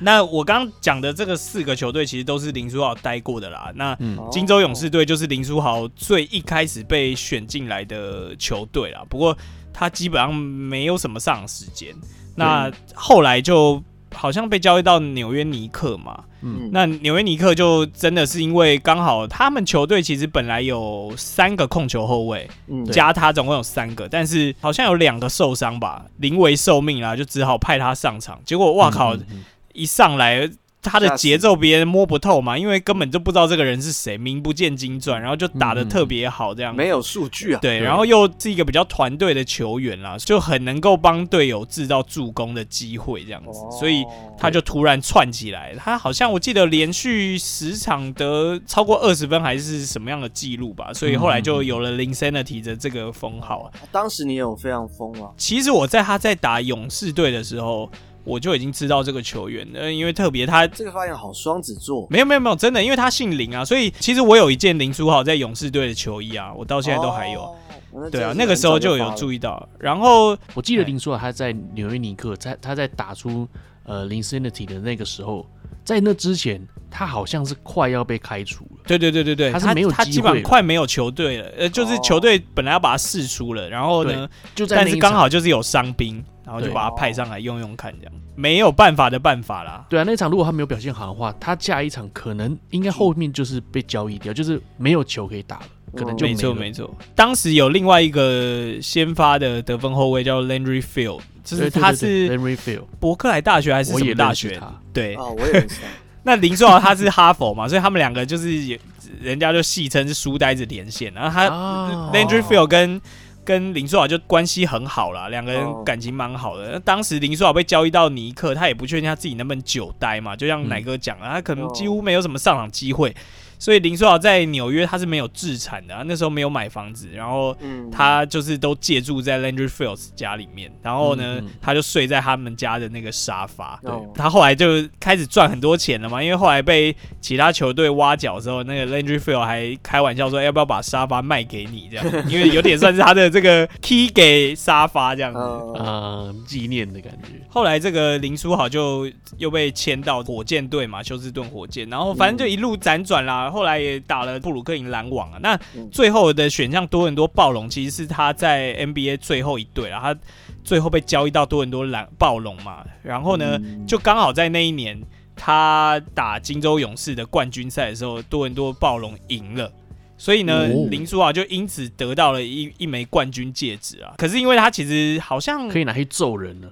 那我刚刚讲的这个四个球队其实都是林书豪待过的啦。那
哦
嗯，
金州勇士队就是林书豪最一开始被选进来的球队啦，不过他基本上没有什么上场时间。那后来就好像被交易到纽约尼克嘛，
嗯，
那纽约尼克就真的是因为刚好他们球队其实本来有三个控球后卫，
嗯
加他总共有三个，但是好像有两个受
嗯
伤吧，临危受命啦，就只好派他上场。结果哇靠，哎
嗯，嗯嗯
一上来他的
吓死
节奏别人摸不透嘛，因为根本就不知道这个人是谁，名不见经传，然后就打的
嗯
特别好，这样、
没有数据啊，
对，
对
然后又是一个比较团队的球员啦，就很能够帮队友制造助攻的机会这样
哦
子，所以他就突然窜起来。他好像我记得连续十场得超过二十分还是什么样的记录吧，所以后来就有了 Linsanity 的这个封号。啊
啊当时你有非常疯啊吗？
其实我在他在打勇士队的时候，我就已经知道这个球员了，因为特别他
这个发言好双子座，
没有没有没有，真的，因为他姓林啊，所以其实我有一件林书豪在勇士队的球衣啊，我到现在都还有。
哦。
对啊，那个时候就有
意。
注意到，然后
我记得林书豪他在纽约尼克，在他在打出呃林 i n i t y 的那个时候，在那之前，他好像是快要被开除了。
对对对对对，
他
他
是没有
他
机
基本
会
上
了
快没有球队了，呃，就是
哦
球队本来要把他释出了，然后呢，
就在
但
那
是
一
刚
场
好就是有伤兵，然后就
对
把他派上来用用看，这样没有办法的办法啦。
对啊，那一场如果他没有表现好的话，他下一场可能应该后面就是被交易掉，就是没有球可以打了，可能
哦
就
没错
了
没错，当时有另外一个先发的得分后卫叫 Landry Field，就是
对对
他
对对
是
Henry Field，
伯克莱大学还是
我
什
也
么大
认识
学？
他。
对，
哦，我也认识他。
那林书豪他是哈佛嘛，所以他们两个就是也人家就戏称是书呆子连线，然后
哦
他
啊
Landry Field 跟跟林书豪就关系很好啦，两个
哦
人感情蛮好的。那当时林书豪被交易到尼克，他也不确定他自己能不能久待嘛，就像
嗯
奶哥讲了，他可能
哦
几乎没有什么上场机会，所以林书豪在纽约他是没有自产的，他啊那时候没有买房子，然后
嗯，
他就是都借住在 Landry Fields 家里面，然后呢，
嗯嗯
他就睡在他们家的那个沙发。
对
他后来就开始赚很多钱了嘛，因为后来被其他球队挖角之后，那个 Landry Field 还开玩笑说哎要不要把沙发卖给你这 样，因为有点算是他的这个 key 给沙发这样子。
呃，
呃纪念的感觉。
后来这个林书豪就又被签到火箭队嘛，休斯顿火箭，然后反正就一路辗转啦，后来也打了布鲁克林篮网啊。那
嗯
最后的选项多伦多暴龙其实是他在 NBA 最后一队啦，他最后被交易到多伦多篮暴龙嘛，然后呢，
嗯
就刚好在那一年他打金州勇士的冠军赛的时候，多伦多暴龙赢了。所以呢，
哦
林书豪就因此得到了一一枚冠军戒指啊。可是因为他其实好像
可以拿去揍人 了，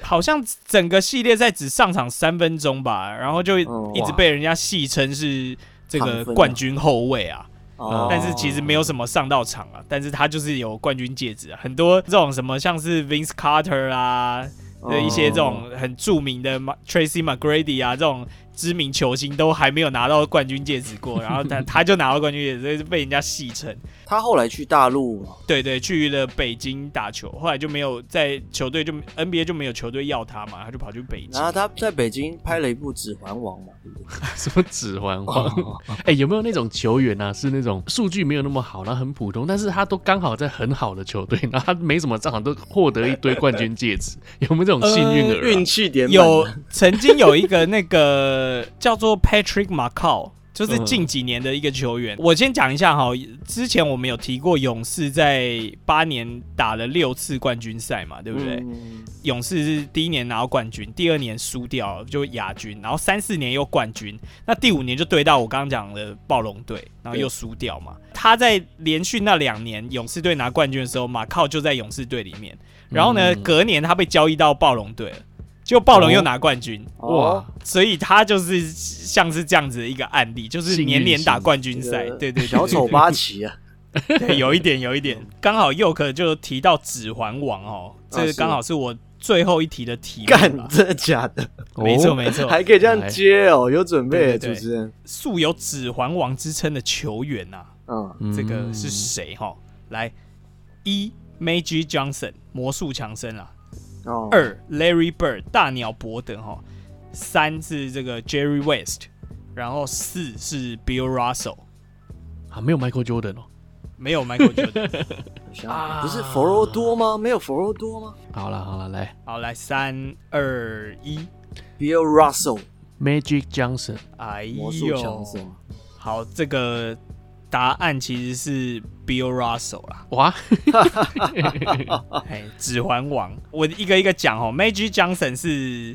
好像整个系列赛只上场三分钟吧，然后就
哦
一直被人家戏称是这个
哦
躺分啊
冠军后卫啊，
哦
但是其实没有什么上到场啊，但是他就是有冠军戒指、啊，很多这种什么像是 Vince Carter 啊，
哦
一些这种很著名的 Ma- Tracy McGrady 啊，这种知名球星都还没有拿到冠军戒指过，然后 他他就拿到冠军戒指，所以就被人家戏称。
他后来去大陆嘛，
对对，去了北京打球，后来就没有在球队就 NBA 就没有球队要他嘛，他就跑去北京
然。后他在北京拍了一部《指环王》嘛，对不对
什么指环
哦
王？哎、有没有那种球员啊？是那种数据没有那么好，然后很普通，但是他都刚好在很好的球队，然后他没什么上场都获得一堆冠军戒指，有没有这种幸运
呃
儿、啊？
运气点满
有曾经有一个那个叫做 Patrick Macau，就是
嗯
近几年的一个球员。我先讲一下哈，之前我们有提过勇士在八年打了六次冠军赛嘛，对不对？
嗯
勇士是第一年拿到冠军，第二年输掉就亚军，然后三四年又冠军，那第五年就对到我刚刚讲的暴龙队，然后又输掉嘛。他在连续那两年勇士队拿冠军的时候，马靠就在勇士队里面，然后呢，
嗯
隔年他被交易到暴龙队了，结果暴龙又拿冠军，
哇
哦，，
所以他就是像是这样子的一个案例，就是
幸运
年年打
星
冠军赛，
这个
对对对，
小
对
丑
对
八旗啊，
对，有一点，有一点。
嗯
刚好佑可就提到《指环王》哦，这个
啊是
刚好是我最 后一题的题目
干
了。
真的假 的？
没错，
哦
没错。
还可以这样接哦，有准备
对对
耶，
对
主持人。
素有“指环王”之称的球员呐、
嗯，
这个是谁哈、来，一 Magic Johnson 魔术强森啦，
哦，
二 Larry Bird 大鸟伯德哈、三是这个 Jerry West，然后四是 Bill Russell，
啊，没有 Michael Jordan 哦。
没有 Michael Jordan。
我想想不是佛罗多吗？没有佛罗多吗
好了好了，来
好，来三二一，
？Bill Russell，
Magic Johnson，
哎呦，
魔术强森，
好，这个答案其实是 Bill Russell 啦，
哇，
哎，指环王，我一个一个讲哦。Magic Johnson 是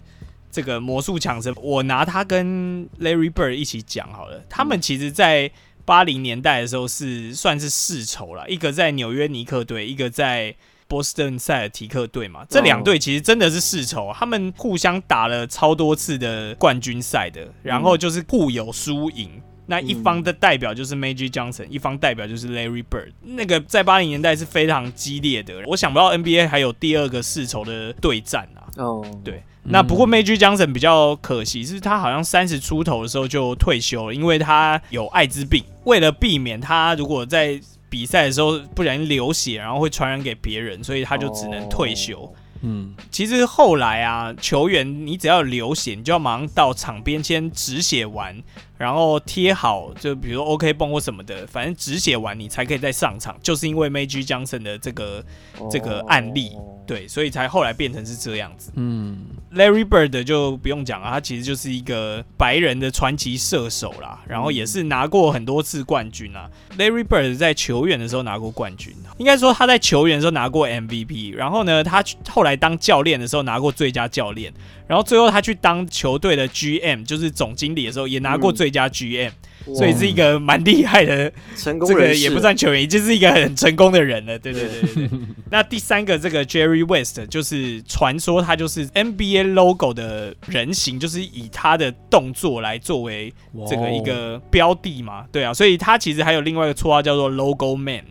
这个魔术强森，我拿他跟 Larry Bird 一起讲好了。他们其实，在八零年代的时候是算是世仇啦，一个在纽约尼克队，一个在波士顿塞尔提克队嘛，这两队其实真的是世仇，他们互相打了超多次的冠军赛的，然后就是互有输赢。那一方的代表就是 Magic Johnson，一方代表就是 Larry Bird。那个在八零年代是非常激烈的，我想不到 NBA 还有第二个世仇的对战啊。
哦，
对，那不过 Magic Johnson 比较可惜，是他好像三十出头的时候就退休了，因为他有艾滋病。为了避免他如果在比赛的时候不小心流血，然后会传染给别人，所以他就只能退休。
哦
嗯，
其实后来啊，球员你只要有流血，你就要马上到场边先止血完，然后贴好，就比如 OK 绷或什么的，反正止血完你才可以再上场。就是因为 Magic Johnson 的这个这个案例，
哦
对，所以才后来变成是这样子。
嗯，
Larry Bird 就不用讲了，他其实就是一个白人的传奇射手啦，然后也是拿过很多次冠军啦。Larry Bird 在球员的时候拿过冠军，应该说他在球员的时候拿过 MVP，然后呢，他去后来当教练的时候拿过最佳教练，然后最后他去当球队的 GM，就是总经理的时候也拿过最佳 GM，、
哇
所以是一个蛮厉害的
成功
这个
人士
也
啊
不算球员，已经是一个很成功的人了。对对对对 对。那第三个这个 Jerry West 就是传说他就是 NBA logo 的人形，就是以他的动作来作为这个一
哦
个标的嘛。对啊，所以他其实还有另外一个绰号叫做 Logo Man。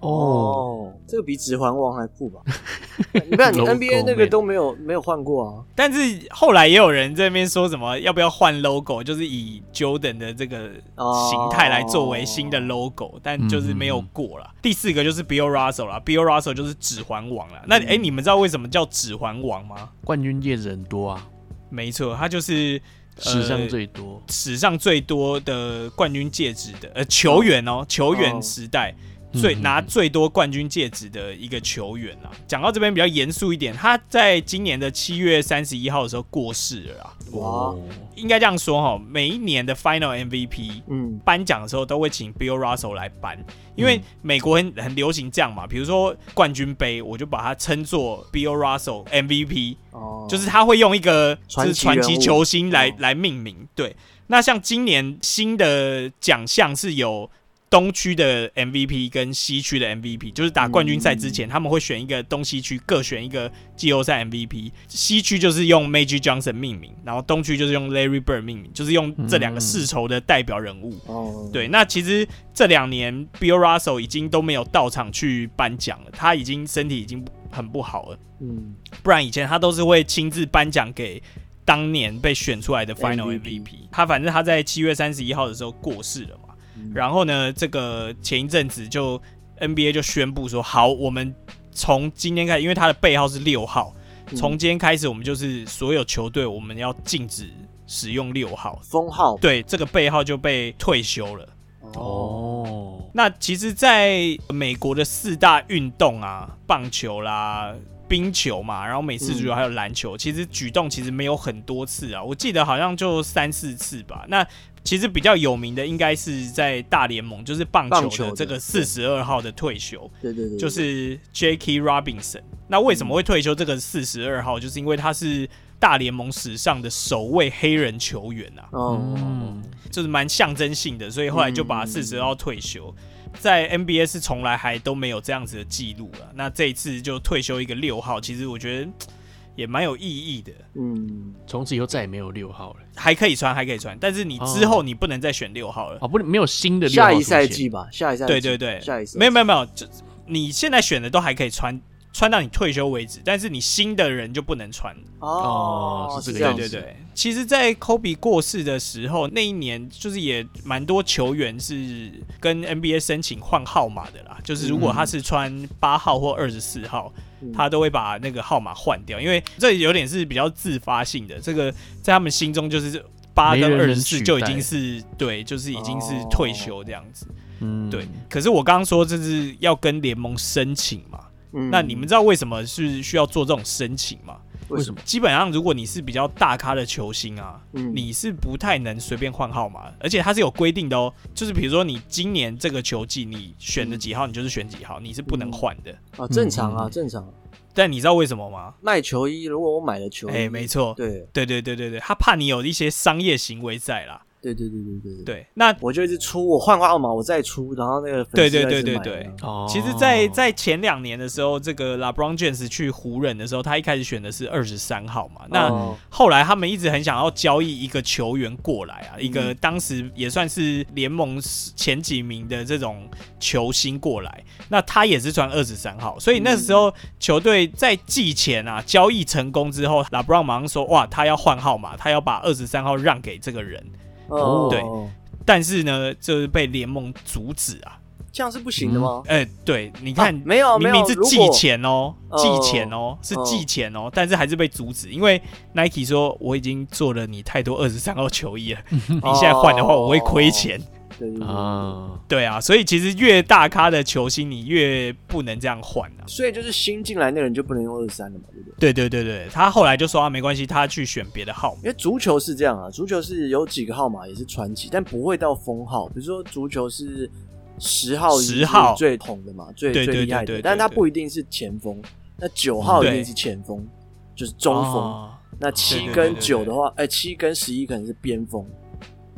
哦，
哦，这个比指环王还酷 吧？你看你
Logo
NBA 那个
man
都没有没有换过啊，
但是后来也有人在那边说什么要不要换 logo，就是以 Jordan 的这个
哦
形态来作为新的 logo，、但就是没有过
嗯
啦。第四个就是 Bill Russell 啦，Bill Russell 就是指环王啦。那
嗯
哎、诶你们知道为什么叫指环王吗？
冠军戒指很多啊，
没错，他就是、呃
史上最多，
史上最多的冠军戒指的呃球员哦，球员时代。最
嗯嗯嗯
拿最多冠军戒指的一个球员啊，讲到这边比较严肃一点，他在今年的七月三十一号的时候过世了啊。
哇，
应该这样说哈，每一年的 Final MVP
嗯，
颁奖的时候都会请 Bill Russell 来颁，因为美国很很流行这样嘛，比如说冠军杯，我就把它称作 Bill Russell MVP，
哦，
就是他会用一个就
传
是
奇
传奇
人物
球星来
哦
来命名。对，那像今年新的奖项是有。东区的 MVP 跟西区的 MVP，就是打冠军赛之
嗯
前，他们会选一个东西区各选一个季后赛 MVP。西区就是用 Magic Johnson 命名，然后东区就是用 Larry Bird 命名，就是用这两个世仇的代表人物。
哦，
对，那其实这两年 Bill Russell 已经都没有到场去颁奖了，他已经身体已经很不好了。
嗯，
不然以前他都是会亲自颁奖给当年被选出来的 Final
MVP
MVP。他反正他在七月三十一号的时候过世了嘛。
嗯
然后呢，这个前一阵子就 NBA 就宣布说，好，我们从今天开始，因为他的背号是六号，
嗯
从今天开始，我们就是所有球队我们要禁止使用六号。
封号
对，这个背号就被退休了。
哦，
哦，
那其实，在美国的四大运动啊，棒球啦、冰球嘛，然后美式足球还有篮球，其实举动其实没有很多次啊，我记得好像就三四次吧。那其实比较有名的应该是在大联盟，就是棒
棒
球
球
的
的
这个四十二号的退休，
对对对，
就
对
是 J.K. Robinson。那为什么会退休这个四十二号？就是因为他是大联盟史上的首位黑人球员啊。
哦
嗯，
就是蛮象征性的，所以后来就把
嗯
四十号退休。在 NBA 是从来还都没有这样子的记录了，那这一次就退休一个六号，其实我觉得嘖也蛮有意义的，
嗯，
从此以后再也没有六号了，
还可以穿，还可以穿，但是你之
哦
后你不能再选六号了。
哦，不，没有新的六号
下
出
一
现
赛季吧，下一赛季，
对对对，
下一赛季
没有没有没有，就你现在选的都还可以穿，穿到你退休为止，但是你新的人就不能穿。
哦
哦，是这
这
个
样
意
对
思
子，
对对，欸其实，在 Kobe 过世的时候，那一年就是也蛮多球员是跟 NBA 申请换号码的啦。就是如果他是穿八号或二十四号，
嗯
他都会把那个号码换掉，因为这有点是比较自发性的。这个在他们心中就是八
没
跟
人
二
能
十四
取代
就已经是对，就是已经是
哦
退休这样子。
嗯，
对，可是我刚刚说这是要跟联盟申请嘛，
嗯
那你们知道为什么是需要做这种申请吗？
为
什
什
么
么？
基本上，如果你是比较大咖的球星啊，
嗯
你是不太能随便换号码的，而且它是有规定的哦。就是比如说，你今年这个球季你选的几号，你就是选几号，你是不能换的。
啊，正常啊，
嗯
正常。
但你知道为什么吗？
卖球衣，如果我买了球衣，
哎，没错，
对，
对对对对对，他怕你有一些商业行为在啦。
对对对对对对，
对，那
我就一直出，我换号码我再出，然后那个粉丝
对对
就一直
对
买
对对
啊
哦
其实在，在前两年的时候，这个 LeBron James 去湖人的时候，他一开始选的是二十三号嘛。那
哦
后来他们一直很想要交易一个球员过来
嗯
啊，一个当时也算是联盟前几名的这种球星过来。那他也是穿二十三号，所以
嗯
那时候球队在季前啊交易成功之后，LeBron 马上说：“哇，他要换号码，他要把二十三号让给这个人。”
哦
对，但是呢，就是被联盟阻止啊。
这样是不行的吗？
哎、对，你看，
啊没有啊没
明
有，
明是
如果
寄钱哦，
哦
寄钱哦，是寄钱哦，但是还是被阻止，因为 Nike 说我已经做了你太多二十三号球衣了，你现在换的话
哦
我会亏钱。
对对对对
啊，
对啊，所以其实越大咖的球星，你越不能这样换啊。
所以就是新进来那个人就不能用二三了嘛，对不对？
对对对对，他后来就说啊，没关系，他去选别的号码。
因为足球是这样啊，足球是有几个号码也是传奇，但不会到封号。比如说足球是十号，
10号
最红的嘛，最
对对
最厉害
对对对，
的但它
对
不一定是前锋。那九号一定是前锋，就是中锋。
哦
那
对
七
对
跟
对对
九的话，哎，七跟十一可能是边锋，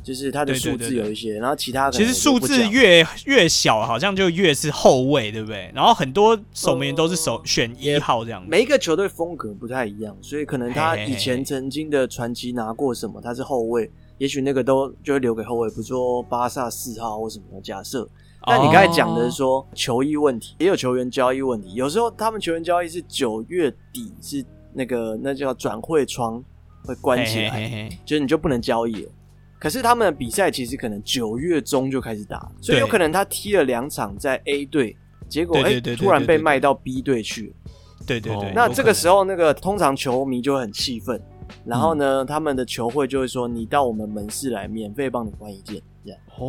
就是它的
对对
数
对
字
对
有一些，然后其他可
其
能
实
我
数
就不
字
讲
越越小，好像就越是后卫，对不对？然后很多守门员都是守
呃
选一号这样子。
每一个球队风格不太一样，所以可能他
嘿嘿嘿
以前曾经的传奇拿过什么，他是后卫，也许那个都就会留给后卫，比如说巴萨四号或什么的假设。但
哦
你刚才讲的是说球衣问题，也有球员交易问题，有时候他们球员交易是九月底是那个那叫转会窗会关啊起来，
嘿嘿嘿嘿
就是你就不能交易了。可是他们的比赛其实可能九月中就开始打，所以
对
有可能他踢了两场在 A 队，结果
对对
哎、
对对
突然
对
被
对
卖到 B 队去了。
对对对
哦，
那
有
这
可
个
能
时候，那个通常球迷就会很气愤，然后
嗯
呢，他们的球会就会说：“你到我们门市来，免费帮你换一件。”这样，
哦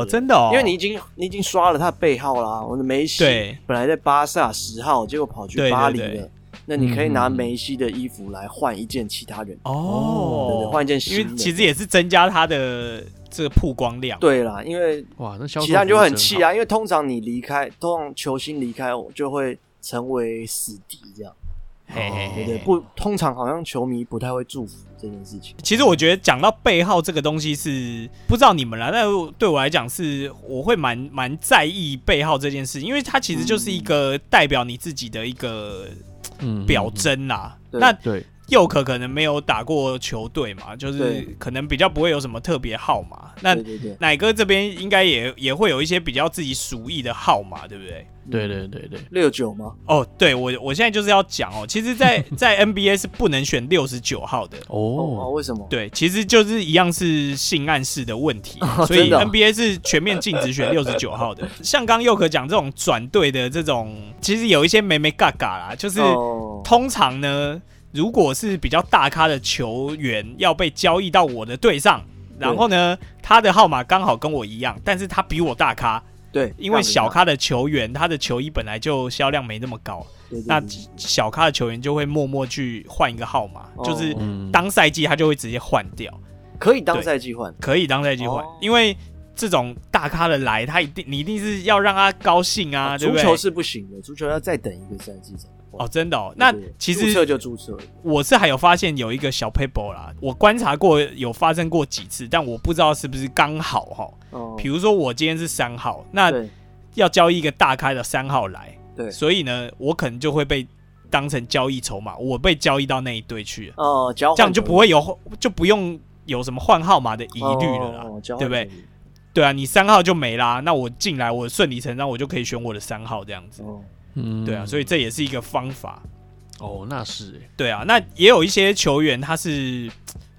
哦，真的哦，
因为你已经你已经刷了他的背号啦，我的梅西
对
本来在巴萨十号，结果跑
对
去
对
巴黎
对
了。那你可以拿
嗯
梅西的衣服来换一件其他人。哦对对
哦，
换一件
因
新
为
的。
其实也是增加他的这个曝光量。
对啦，因为
哇，那销售
其他人就
服务
很
真
气
好
啊，因为通常你离开，通常球星离开就会成为死敌这样。
嘿嘿
对
嘿，
对，不，通常好像球迷不太会祝福这件事情。
其实我觉得讲到背号这个东西是不知道你们啦，但对我来讲是我会蛮蛮在意背号这件事，因为它其实就是一个代表你自己的一个
嗯
表征啦。
对
那
对，
佑可可能没有打过球队嘛，就是
对
可能比较不会有什么特别号码。那
对对对。
奶哥这边应该也也会有一些比较自己熟意的号码，对不对？
对对对对，
六九吗？
哦，对我我现在就是要讲哦，其实 在，在 NBA 是不能选六十九号的。
哦，
哦，
为什么？
对，其实就是一样是性暗示的问题，所以
真的哦
NBA 是全面禁止选六十九 号的。像刚佑可讲这种转队的这种，其实有一些没没嘎嘎啦，就是
哦，
通常呢，如果是比较大咖的球员要被交易到我的队上，然后呢，他的号码刚好跟我一样，但是他比我大咖，
对，
因为小
让
咖的球员他的球衣本来就销量没那么高，
你
那
看，对对对
小咖的球员就会默默去换一个号码，
哦
就是
嗯
当赛季他就会直接换掉，
可以当赛季换，
可以当赛季换
哦，
因为这种大咖的来，他一定你一定是要让他高兴啊，对
哦足
不
球
对？
是不行的，足球要再等一个赛季才换。
哦，真的哦，那
对对对
其
注册
实
就注册了，
我是还有发现有一个小 paper 啦，我观察过有发生过几次，但我不知道是不是刚好哈。
哦，
比如说我今天是三号，那
对
要交易一个大咖的三号来，
对
所以呢，我可能就会被当成交易筹码，我被交易到那一队去了，
哦，交换
这样就不
会
会有就不用有什么换号码的疑
疑
虑了啦。
对
对不对？对啊，你三号就没啦，那我进来我顺理成章我就可以选我的三号这样子。
哦，
嗯
对啊，所以这也是一个方法。
哦，那是哎
对啊，那也有一些球员他是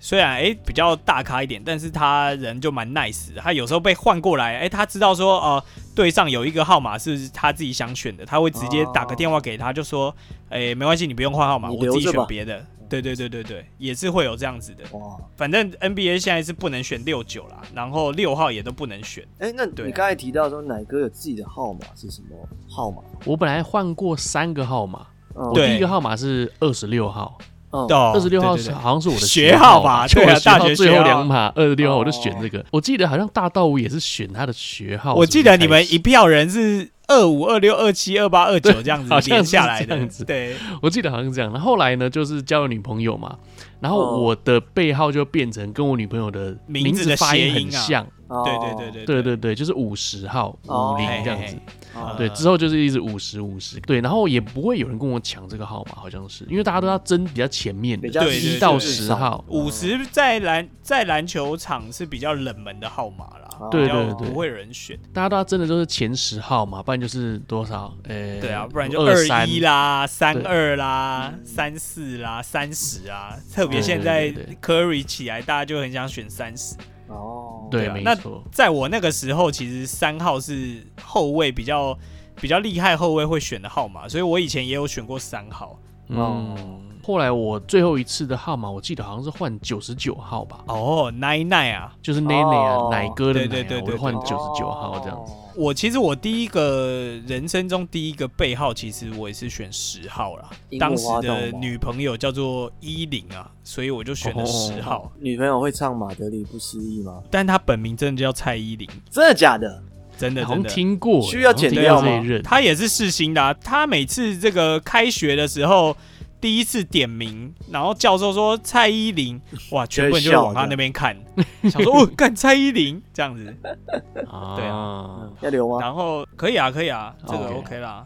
虽然诶比较大咖一点，但是他人就蛮 nice 的。他有时候被换过来，诶，他知道说哦、队上有一个号码是他自己想选的，他会直接打个电话给他，就说诶，没关系，你不用换号码，
哦你
我
留
自己
着
选
吧
别的。对对对对对，也是会有这样子的。
哇，
反正 NBA 现在是不能选六九啦，然后六号也都不能选。
哎，那
对啊
你刚才提到说奶哥有自己的号码是什么号码？
我本来换过三个号码，
嗯
我
对
哦第一个号码是二十六号，
嗯，
哦
二十六号
对对
是
对
好像是我的
学
号
号吧
就
对啊
我
大学
最
学
后
号
两码二十六号，
哦
我就选这个。我记得好像大道五也是选他的学号，
我记得你们
是
一
不是
票人是二五、二六、二七、二八、二九这样子
好像
连
是
下来
这
的
样子，
对，
我记得好像是这样。然后后来呢，就是交了女朋友嘛，然后
哦
我的背号就变成跟我女朋友的
名
名
字的
发音
谐
很
音啊
像，
哦
对对对对
对对对，就是五十号
哦
五零这样子。
哦
对，之后就是一直五十五十，对，然后也不会有人跟我抢这个号码，好像是因为大家都要争比较前面
比
的
较
对
一
对
到
对
十号，
五十在篮在篮球场是比较冷门的号码啦，
啊
比
对
较
对对
不会有人选。
大家都要争的都是前十号嘛，不然就是多少？呃，
对啊，不然就
二
二
三
一啦、三
对
二啦、三四啦、三十啊。特别
对
现
对
在
对对
Curry 起来，大家就很想选三十。
哦，
对，
啊
没
那
错，
在我那个时候，其实三号是后卫比较比较厉害后卫会选的号码，所以我以前也有选过三号。
哦
嗯。后来我最后一次的号码，我记得好像是换九十九号吧，
哦，奈奈啊，
就是奶奶
哦
啊，奶哥
对
的奶
对
啊，
对对哦
我就换
对
九十九号这样子。
子。
我其实我第一个人生中第一个背号，其实我也是选十号啦
樱。木
当时
花道
的
吗
女朋友叫做依林啊，所以我就选了十号。
女朋友会唱《马德里不思议》吗？
但她本名真的叫蔡依林，
真的假的？
真的
好像
真的。
听过，
需要剪
掉
掉吗
他也是世新的、啊，他每次这个开学的时候，第一次点名，然后教授说蔡依林，哇，全部人就往他那边看， 想说哦， 干蔡依林这样子，对嗯
啊，
要留吗？
然后可以啊，可以啊，这个
OK
OK 啦。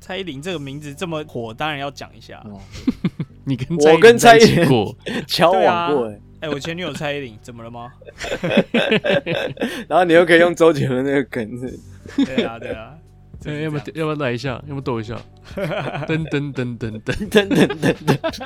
蔡依林这个名字这么火，当然要讲一下。
哦
你跟
我
蔡依林
跟
在一
蔡
起
依林
过，
交
对啊
往过哎，
哎、我前女友蔡依林，怎么了吗？
然后你又可以用周杰伦那个梗子，
对啊，对啊，就
对
是
哎
这
要不
样
要要不要来一下，要不要 逗一下，噔噔噔噔噔，
等等等等，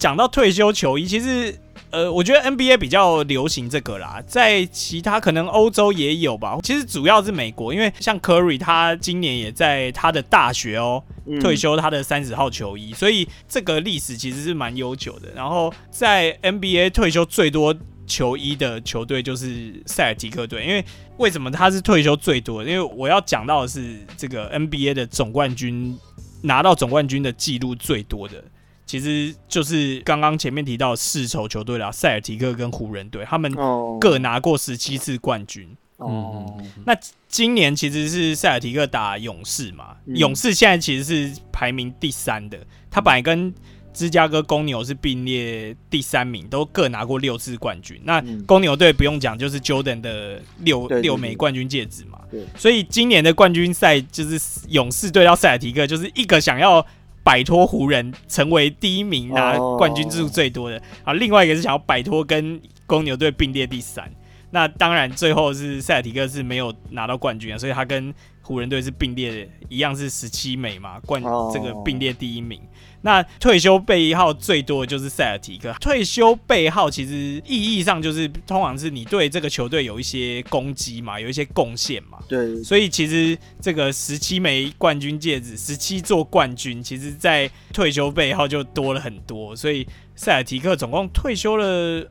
讲到退休球衣，其实呃，我觉得 NBA 比较流行这个啦，在其他可能欧洲也有吧。其实主要是美国，因为像 Curry 他今年也在他的大学哦
嗯
退休他的三十号球衣，所以这个历史其实是蛮悠久的。然后在 NBA 退休最多。球衣的球队就是塞尔提克队，因为为什么他是退休最多的？因为我要讲到的是这个 NBA 的总冠军拿到总冠军的记录最多的，其实就是刚刚前面提到的世仇球队啦，塞尔提克跟湖人队，他们
哦
各嗯拿过十七次冠军。
哦，
那今年其实是塞尔提克打勇士嘛，
嗯
勇士现在其实是排名第三的，他本来跟芝加哥公牛是并列第三名，都各拿过六次冠军。那
嗯
公牛队不用讲，就是 Jordan 的六
对对
六
对
枚冠军戒指嘛
对。
所以今年的冠军赛就是勇士队到塞尔提克，就是一个想要摆脱湖人成为第一名拿
哦
冠军数最多的，啊，另外一个是想要摆脱跟公牛队并列第三。那当然，最后是塞尔提克是没有拿到冠军啊，所以他跟湖人队是并列的，一样是十七枚嘛，冠
哦
这个并列第一名。那退休背号最多的就是塞尔提克。退休背号其实意义上就是通常是你对这个球队有一些攻击嘛，有一些贡献嘛。
对，
所以其实这个十七枚冠军戒指，十七座冠军，其实在退休背号就多了很多。所以塞尔提克总共退休了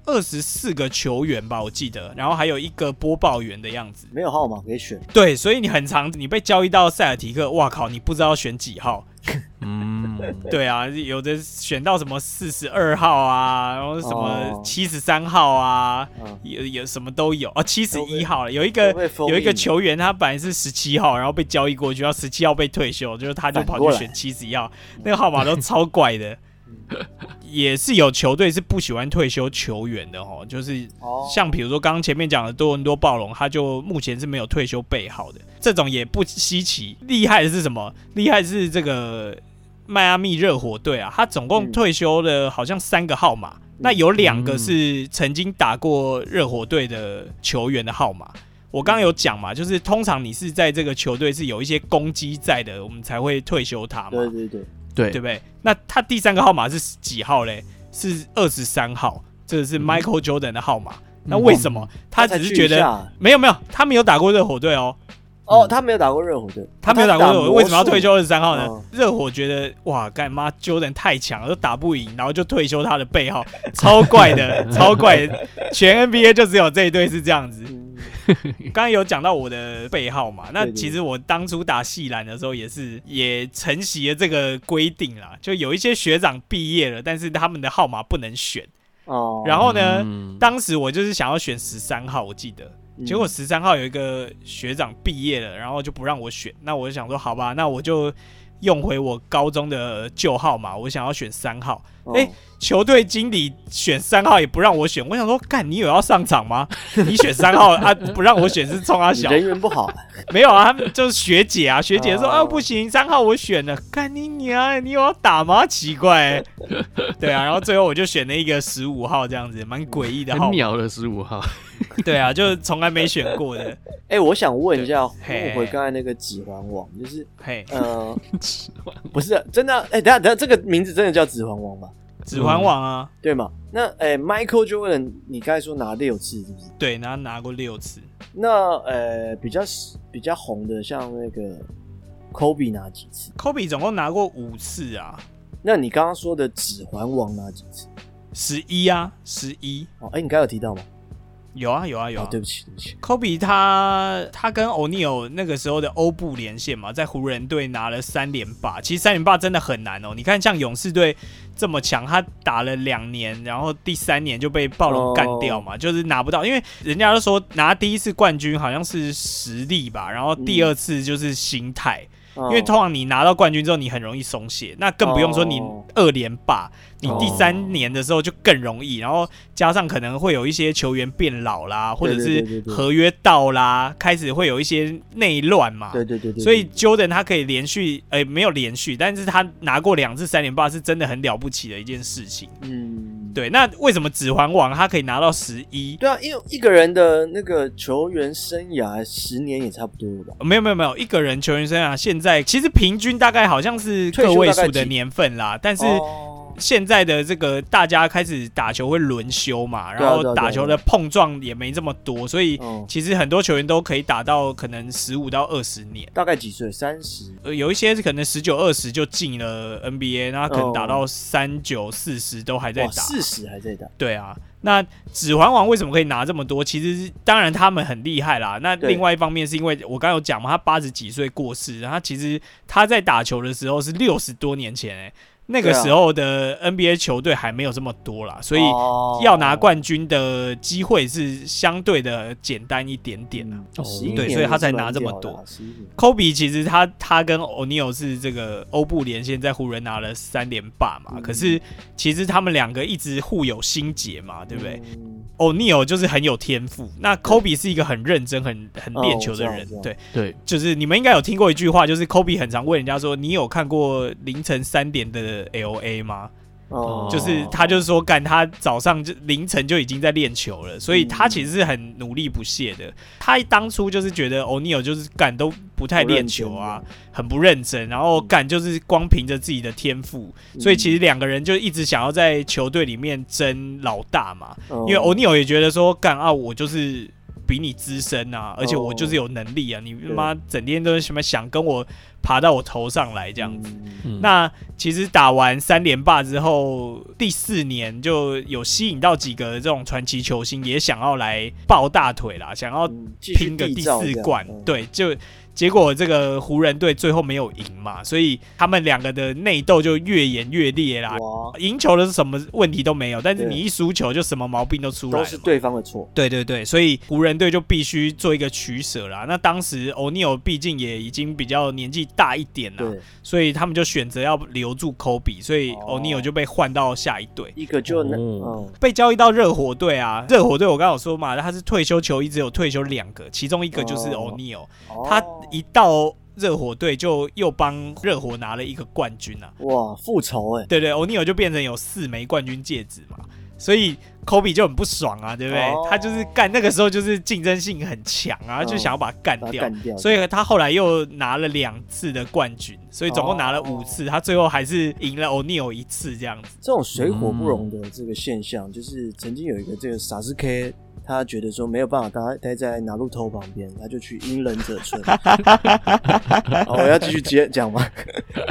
二十四个球员吧，我记得，然后还有一个播报员的样子。
没有号码可以选，
对，所以你很常你被交易到塞尔提克，哇靠，你不知道选几号。
嗯，
对啊，有的选到什么四十二号啊，然后什么
哦
七十三号啊，
嗯，
有有什么都有啊，七十
都
一
被
号了有一个
都被封印
有一个球员，他本来是十七号，然后被交易过去，然后十七号被退休，就是他就
反
跑
过
去
来
选七十一号，那个号码都超怪的。 也是有球队是不喜欢退休球员的哦，就是
哦
像比如说刚刚前面讲的多伦多暴龙，他就目前是没有退休备号的，这种也不稀奇。厉害的是什么？厉害的是这个迈阿密热火队啊，他总共
嗯
退休了好像三个号码，那有两个是曾经打过热火队的球员的号码。我刚刚有讲嘛，就是通常你是在这个球队是有一些攻击在的，我们才会退休他嘛，
对对对，
对
对不对？那他第三个号码是几号嘞？是二十三号，这个是 Michael Jordan 的号码。那为什么他只是觉
才去一
得嗯
下
没有没有，他没有打过热火队哦，
哦，他没有打过热火队，
他没有打过热火，
魔术
为什么要退休？二十三号呢
嗯？
热火觉得哇，干妈 Jordan 太强了，都打不赢，然后就退休他的背号，超怪的，超怪的，全 NBA 就只有这一队是这样子。
嗯
刚刚有讲到我的背号嘛，那
对对
其实我当初打系篮的时候也是也承袭了这个规定啦，就有一些学长毕业了，但是他们的号码不能选。
哦，
然后呢，
嗯
当时我就是想要选十三号，我记得，
嗯
结果十三号有一个学长毕业了，然后就不让我选，那我就想说，好吧，那我就用回我高中的旧号码，我想要选三号。
哦
哎球队经理选三号也不让我选，我想说，干你有要上场吗？你选三号啊，不让我选是冲他
你
小，
人缘不好，
没有啊，他们就是学姐啊，学姐说
哦
啊不行，三号我选了，干你娘，你有要打吗？奇怪、 对啊，然后最后我就选了一个十五号这样子，蛮诡异的号
很
码，
鸟的十五号，
对啊，就是从来没选过的，
哎、我想问一下，
嘿
我回刚才那个指环王，就是
嘿，
呃，不是真的啊，哎、等一下等一下，这个名字真的叫指环王吗？
指环王啊，
对吗？那哎、m i c h a e l Jordan，你刚才说拿六次是不是？
对，然后拿过六次，
那呃，比较比较红的，像那个 Kobe 拿几次？
科比总共拿过五次啊，
那你刚刚说的指环王拿几次？
十一啊，十一，
哦，哎、你刚刚有提到吗？
有啊有啊有
哦
啊，，
对不起，对不起。
科比他他跟欧尼尔那个时候的欧布连线嘛，在湖人队拿了三连霸，其实三连霸真的很难哦。你看像勇士队这么强，他打了两年，然后第三年就被暴龙干掉嘛，就是拿不到，因为人家都说拿第一次冠军好像是实力吧，然后第二次就是心态，因为
哦
通常你拿到冠军之后你很容易松懈，那更不用说你
哦
二连霸，你第
哦
三年的时候就更容易，然后加上可能会有一些球员变老啦，或者
对对
是
对
合约到啦，开始会有一些内乱嘛。
对对对对，
所以 Jordan 他可以连续，诶、没有连续，但是他拿过两次三连霸是真的很了不起的一件事情。
嗯，
对，那为什么指环王他可以拿到十一？
对啊，因为一个人的那个球员生涯十年也差不多了吧？
没有没有没有，一个人球员生涯现在其实平均大概好像是
退休
个位
大概
数的
几
年份啦，但是
哦
现在的这个大家开始打球会轮休嘛，
对啊
然
对
后
啊
打球的碰撞也没这么多，所以
嗯
其实很多球员都可以打到可能十五到二十年。
大概几岁？三十。
呃，有一些是可能十九二十就进了 NBA，那他可能
哦
打到三九四十都还在
哇，
打。
四十还在打，
对啊，那指环王为什么可以拿这么多？其实是当然他们很厉害啦。那
对
另外一方面是因为我刚刚有讲嘛，他八十几岁过世，然后他其实他在打球的时候是六十多年前、欸，那个
对啊
时候的 NBA 球队还没有这么多啦，所以
哦
要拿冠军的机会是相对的简单一点点啊。
嗯11
对
年
所以
也
他
是
才
蛮
拿这么
屌的
多
啊11年
科比其实他他跟欧尼尔是这个欧布连线在湖人拿了三连霸嘛，
嗯
可是其实他们两个一直互有心结嘛，对不对？
嗯
欧尼尔哦就是很有天赋，那科比是一个很认真、很很
哦
练球的
我知道
人
我知，道
对，
对，
就是你们应该有听过一句话，就是科比很常问人家说：“你有看过凌晨三点的 L A 吗？”
哦
就是他就是说，干他早上就凌晨就已经在练球了，所以他其实是很努力不懈的。他当初就是觉得欧尼尔就是干都不太练球啊，，很不认真，然
嗯
后干就是光凭着自己的天赋，所以其实两个人就一直想要在球队里面争老大嘛。
因
因为欧尼尔也觉得说，干啊，我就是比你资深啊，而且我就是有能力啊，你
哦
他妈整天都是什么想跟我爬到我头上来这样子。
子，
嗯
那其实打完三连霸之后，第四年就有吸引到几个这种传奇球星，也想要来抱大腿啦，想要
嗯继续
拼个第
缔造
四
这样
冠
嗯。
对，就结果这个湖人队最后没有赢嘛，所以他们两个的内斗就越演越烈啦。
哇，
赢球的是什么问题都没有，但是
对
你一输球就什么毛病都出来
都
了
是
嘛。
对方的错，
对对对，所以湖人队就必须做一个取舍啦。那当时欧尼尔毕竟也已经比较年纪大一点了，
对，
所以他们就选择要留住科比，所以
哦
欧尼尔就被换到下一队。
一个就那
哦
嗯
被交易到热火队啊，热火队我刚刚有说嘛，他是退休球衣只有退休两个，其中一个就是
哦
欧尼尔，
哦
他一到热火队就又帮热火拿了一个冠军啊，
哇复仇哎，
对对，欧尼尔就变成有四枚冠军戒指嘛，所以科比就很不爽啊，对不对？
哦
他就是干那个时候就是竞争性很强啊，
嗯
就想要把他干
把他
掉，
干掉，
所以他后来又拿了两次的冠军，所以总
哦
共拿了五次，他最后还是赢了欧尼尔一次这样子。
这种水火不容的这个现象，就是曾经有一个这个傻子 K，他觉得说没有办法待待在拿路头旁边，他就去阴忍者 村。哦，我要继续接讲吗？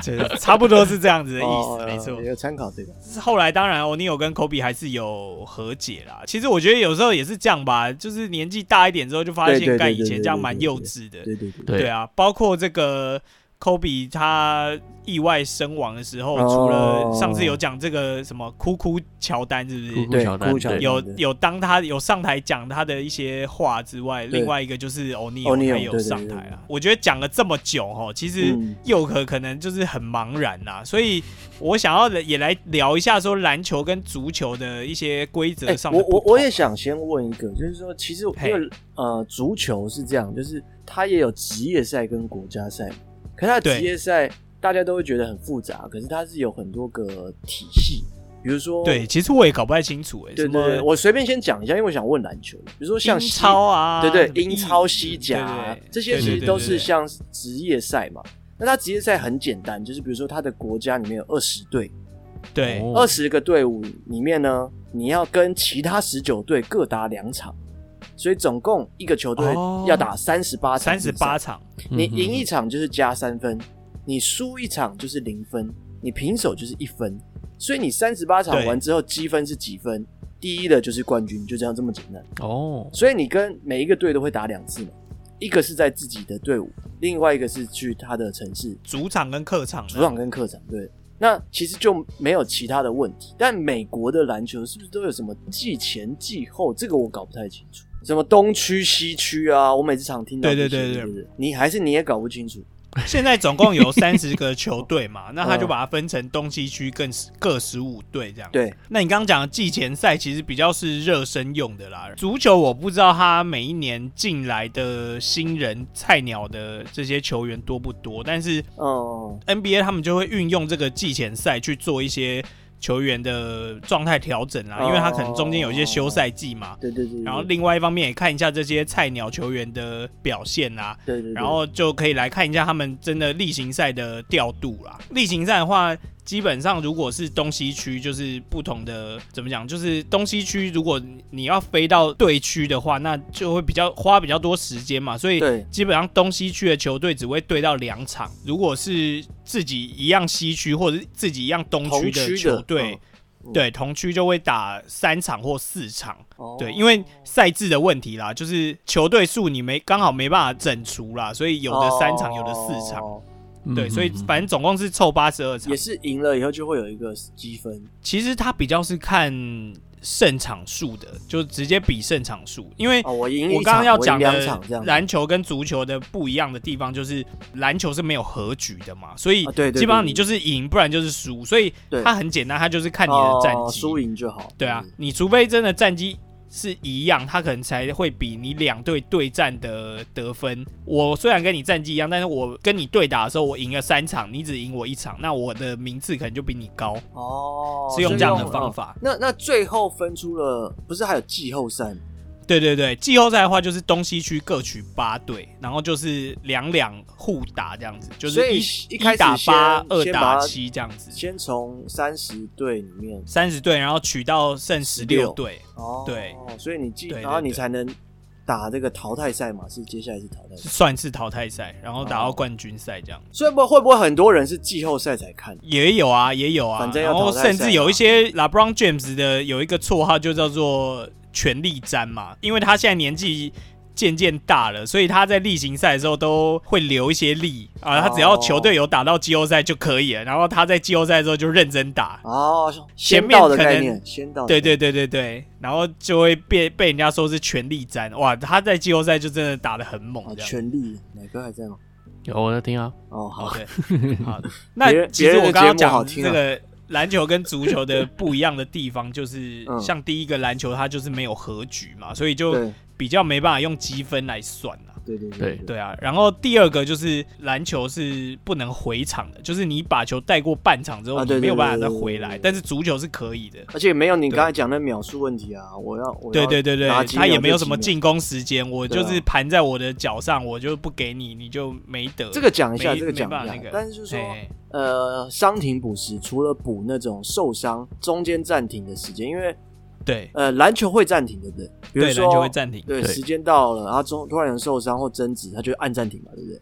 就是差不多是这样子的意思，
哦
没错
有。有参考这个。
后来当然，欧尼尔跟科比还是有和解啦。其实我觉得有时候也是这样吧，就是年纪大一点之后就发
对对
现，
对
干
对
以前这样蛮
对对
幼稚的。
对对对，
对
对啊，包括这个科比他意外身亡的时候，
哦
除了上次有讲这个什么哭哭乔丹是不
库
是？
库
对
乔丹
库乔丹
对
有
对
有当他有上台讲他的一些话之外，
对
另外一个就是欧尼
O'Neal，
也有上台
对对对对
啊。我觉得讲了这么久哦，其实
嗯
佑可可能就是很茫然啦，所以我想要也来聊一下说篮球跟足球的一些规则
哎、
上的
我
不同
我我也想先问一个，就是说，其实因
嘿
为呃，足球是这样，就是它也有职业赛跟国家赛，可是它的
对
职业赛大家都会觉得很复杂，可是它是有很多个体系，比如说
对，其实我也搞不太清楚哎、
对
什
对对，
么
我随便先讲一下，因为我想问篮球，比如说
英
像西
超啊，
对对
什，么
英超、西甲啊、
对对
这些
对
其
对
实
对
都
对
是
对
像职业赛嘛。那它职业赛很简单，就是比如说它的国家里面有二十队，
对
哦
二十个队伍里面呢，你要跟其他十九队各打两场，所以总共一个球队
哦
要打三十八场
三
比赛。
十八嗯场，
嗯
你赢一场就是加三分，你输一场就是零分，你平手就是一分。所以你三十八场
对
完之后积分是几分？第一的就是冠军，就这样这么简单。
哦，
所以你跟每一个队都会打两次嘛，一个是在自己的队伍，另外一个是去他的城市
主场跟客场啊，
主场跟客场。对，那其实就没有其他的问题。但美国的篮球是不是都有什么季前季后？这个我搞不太清楚。什么东区西区啊？我每次常听到这
对
些。
对对对
对，你还是你也搞不清楚。
现在总共 有三十个球队嘛，那他就把它分成东西区更各十五队这样。，
嗯对，
那你刚刚讲的季前赛其实比较是热身用的啦。足球我不知道他每一年进来的新人菜鸟的这些球员多不多，但是
嗯，
NBA 他们就会运用这个季前赛去做一些球员的状态调整啦，因为他可能中间有一些休赛季嘛。
对对对。对
然后另外一方面也看一下这些菜鸟球员的表现啦、
对对对，
然后就可以来看一下他们真的例行赛的调度啦。例行赛的话，基本上如果是东西区，就是不同的怎么讲，就是东西区如果你要飞到对区的话，那就会比较花比较多时间嘛，所以。
对
基本上东西区的球队只会对到两场，如果是自己一样西区或者是自己一样东
同
区
区的
球队，
嗯
对同区就会打三场或四场。
哦
对，因为赛制的问题啦，就是球队数你没刚好没办法整除啦，所以有的三场，有的四场，
哦
对，所以
嗯
反正总共是凑八十二场
也。是赢了以后就会有一个积分。
其实它比较是看胜场数的，就直接比胜场数，因为
哦，我赢一
我刚刚
场
要
我赢
讲
两场这
的
样子，
篮球跟足球的不一样的地方，就是篮球是没有和局的嘛，所以
啊对对对
基本上你就是赢，不然就是输，所以
对
它很简单，它就是看你的战
哦
绩，
输赢就好。
对啊
嗯，
你除非真的战绩是一样，他可能才会比你两队对战的得分。我虽然跟你战绩一样，但是我跟你对打的时候，我赢了三场，你只赢我一场，那我的名次可能就比你高，
哦，
是用这样的
所以
方。法。
那那最后分出了，不是还有季后赛吗？
对对对，季后赛的话就是东西区各取八队，然后就是两两互打这样子，就
所
是
以
一
一开始
打
先
八，二
先把
打
它
七这样子，
先从三十队里面
三十队，然后取到剩十
16
六队。
哦，
对，
所以你进，
对对
然后你
对
才能打这个淘汰赛嘛，是接下来是淘汰赛。
算是淘汰赛，然后打到冠军赛这样。
所以不会不会很多人是季后赛才看？
也有啊，也有啊，
反正要
然
淘
后
汰赛
甚至有一些 LeBron James 的有一个绰号就叫做“权力詹”嘛，因为他现在年纪渐渐大了，所以他在例行赛的时候都会留一些力啊。他只要
哦
球队有打到季后赛就可以了，然后他在季后赛的时候就认真打。
哦，
前
先
面
到的
可
概
能
念，先到的
对
概念
对对对对，然后就会被被人家说是权力詹，哇，他在季后赛就真的打得很猛
啊，
这样。
权力哪个还在吗？
有我在听啊，
哦，
好
好，
的， 好的。那其
别
实
人的
我刚刚
节目好
讲
听
这
啊
个篮球跟足球的不一样的地方，就是
嗯
像第一个篮球它就是没有和局嘛，所以就
对
比较没办法用积分来算啦。
对对
对
对啊，然后第二个就是篮球是不能回场的，就是你把球带过半场之后，
啊
你
对对
没有办法
对
再
对对
回
对
来
对。
但是足球是可以的，
而且没有你
对
刚才讲的秒数问题啊！我要，我要
对对对对
拿，几
他
秒
也没有
就
什
几
么
秒
进攻时间，我
对啊
就是盘在我的脚上，我就不给你，你就没得。
这个讲一下，
没
这个
没
讲
办
一
法
下。
那个
但是就是说，
哎
呃，伤停补时除了补那种受伤中间暂停的时间，因为
对
呃篮球会暂停，对不对？比如
对，
说
篮球会暂停。
对
对
时间到了，然后中突然有人受伤或争执，他就按暂停嘛，对不对？